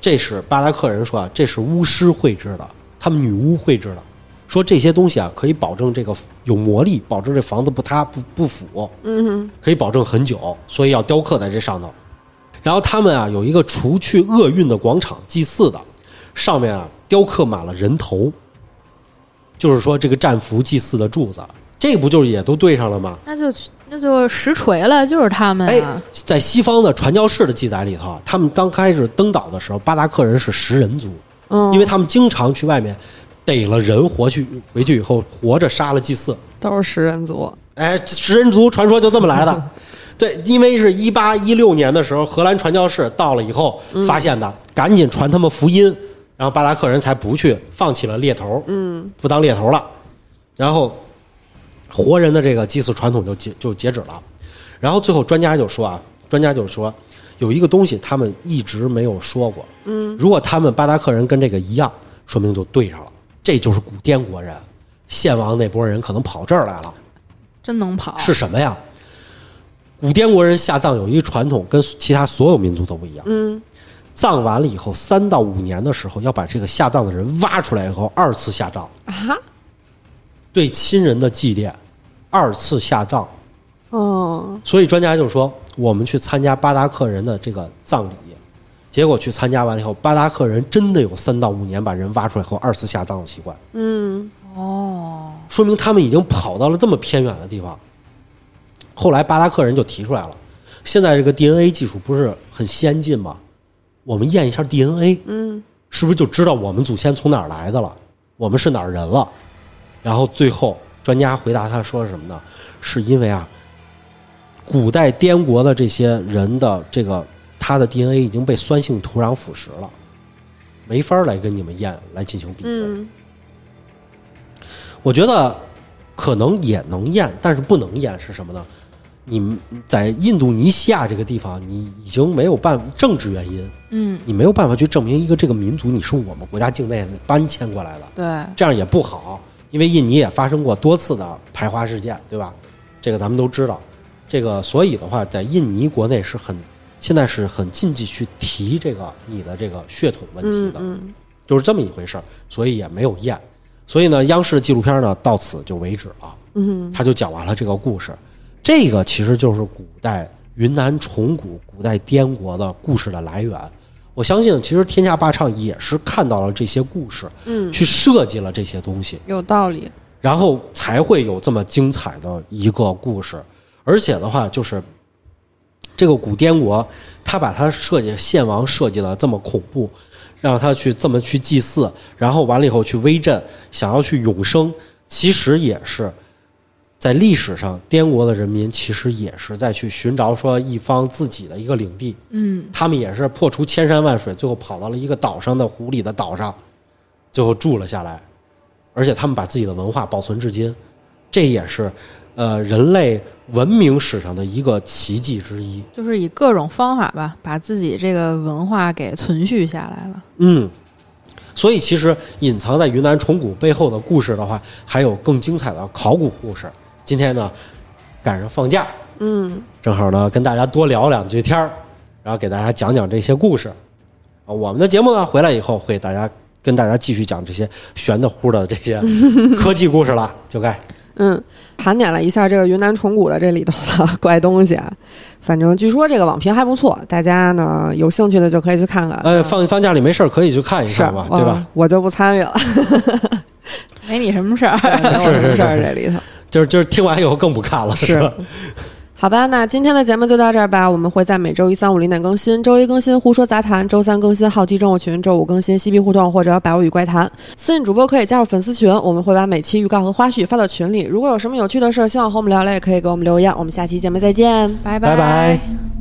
这是巴达克人说啊，这是巫师绘制的，他们女巫绘制的，说这些东西啊可以保证这个有魔力，保证这房子不塌不不腐。
嗯
可以保证很久，所以要雕刻在这上头。然后他们啊有一个除去厄运的广场祭祀的，上面啊雕刻满了人头，就是说这个战俘祭祀的柱子，这不就是也都对上了吗？
那就那就实锤了，就是他们
哎
啊，，
在西方的传教士的记载里头啊，他们刚开始登岛的时候，巴达克人是食人族，
嗯，
因为他们经常去外面逮了人活去回去以后活着杀了祭祀。
都是食人族，
哎，食人族传说就这么来 的。对，因为是一八一六年的时候，荷兰传教士到了以后发现的，赶紧传他们福音，然后巴达克人才不去，放弃了猎头，嗯，不当猎头了，然后活人的这个祭祀传统就截就截止了。然后最后专家就说啊，专家就说有一个东西他们一直没有说过，嗯，如果他们巴达克人跟这个一样，说明就对上了，这就是古滇国人，献王那波人可能跑这儿来了。
真能跑，
是什么呀？古滇国人下葬有一传统，跟其他所有民族都不一样。
嗯，
葬完了以后，三到五年的时候，要把这个下葬的人挖出来以后，二次下葬，
啊，
对亲人的祭奠，二次下葬。
哦，
所以专家就说，我们去参加巴达克人的这个葬礼，结果去参加完了以后，巴达克人真的有三到五年把人挖出来以后二次下葬的习惯。
嗯，
哦，
说明他们已经跑到了这么偏远的地方。后来巴达克人就提出来了，现在这个 DNA 技术不是很先进吗？我们验一下 DNA，
嗯，
是不是就知道我们祖先从哪儿来的了？我们是哪儿人了？然后最后专家回答他说是什么呢？是因为啊，古代滇国的这些人的这个他的 DNA 已经被酸性土壤腐蚀了，没法儿来跟你们验来进行比对。
嗯，
我觉得可能也能验，但是不能验是什么呢？你们在印度尼西亚这个地方，你已经没有办政治原因，
嗯，
你没有办法去证明一个这个民族你是我们国家境内搬迁过来的，
对，
这样也不好，因为印尼也发生过多次的排华事件，对吧？这个咱们都知道。这个所以的话，在印尼国内是很现在是很禁忌去提这个你的这个血统问题
嗯
的，
嗯，
就是这么一回事儿，所以也没有验。所以呢，央视的纪录片呢到此就为止了，
嗯，
他就讲完了这个故事。这个其实就是古代云南虫谷、古代滇国的故事的来源。我相信，其实天下霸唱也是看到了这些故事，
嗯，
去设计了这些东西，
有道理，
然后才会有这么精彩的一个故事。而且的话，就是这个古滇国，他把他设计献王设计的这么恐怖，让他去这么去祭祀，然后完了以后去威震，想要去永生，其实也是在历史上，滇国的人民其实也是在去寻找说一方自己的一个领地。
嗯，
他们也是破除千山万水，最后跑到了一个岛上的湖里的岛上，最后住了下来。而且他们把自己的文化保存至今，这也是呃人类文明史上的一个奇迹之一。
就是以各种方法吧，把自己这个文化给存续下来了。
嗯，所以其实隐藏在云南虫谷背后的故事的话，还有更精彩的考古故事。今天呢，赶上放假，
嗯，
正好呢跟大家多聊两句天儿，然后给大家讲讲这些故事。啊，我们的节目呢回来以后会大家跟大家继续讲这些玄的乎的 这些科技故事了，就该
嗯，盘点了一下这个云南虫谷的这里头的 怪东西，啊，反正据说这个网评还不错，大家呢有兴趣的就可以去看看。
呃放放假里没事儿可以去看一
啊是啊嗯
看嘛，对吧？？
我我就不参 与了，
没你什么事儿，
没有什么事儿
是
这里头。
就是就是听完以后更不看了，
是
吧？
好吧，那今天的节目就到这儿吧。我们会在每周一、三、五零点更新，周一更新《胡说杂谈》，周三更新《好奇症候群》，周五更新《嬉皮互动》或者《百物语怪谈》。私信主播可以加入粉丝群，我们会把每期预告和花絮发到群里。如果有什么有趣的事儿，希望和我们聊聊，也可以给我们留言。我们下期节目再见。
拜
拜拜
拜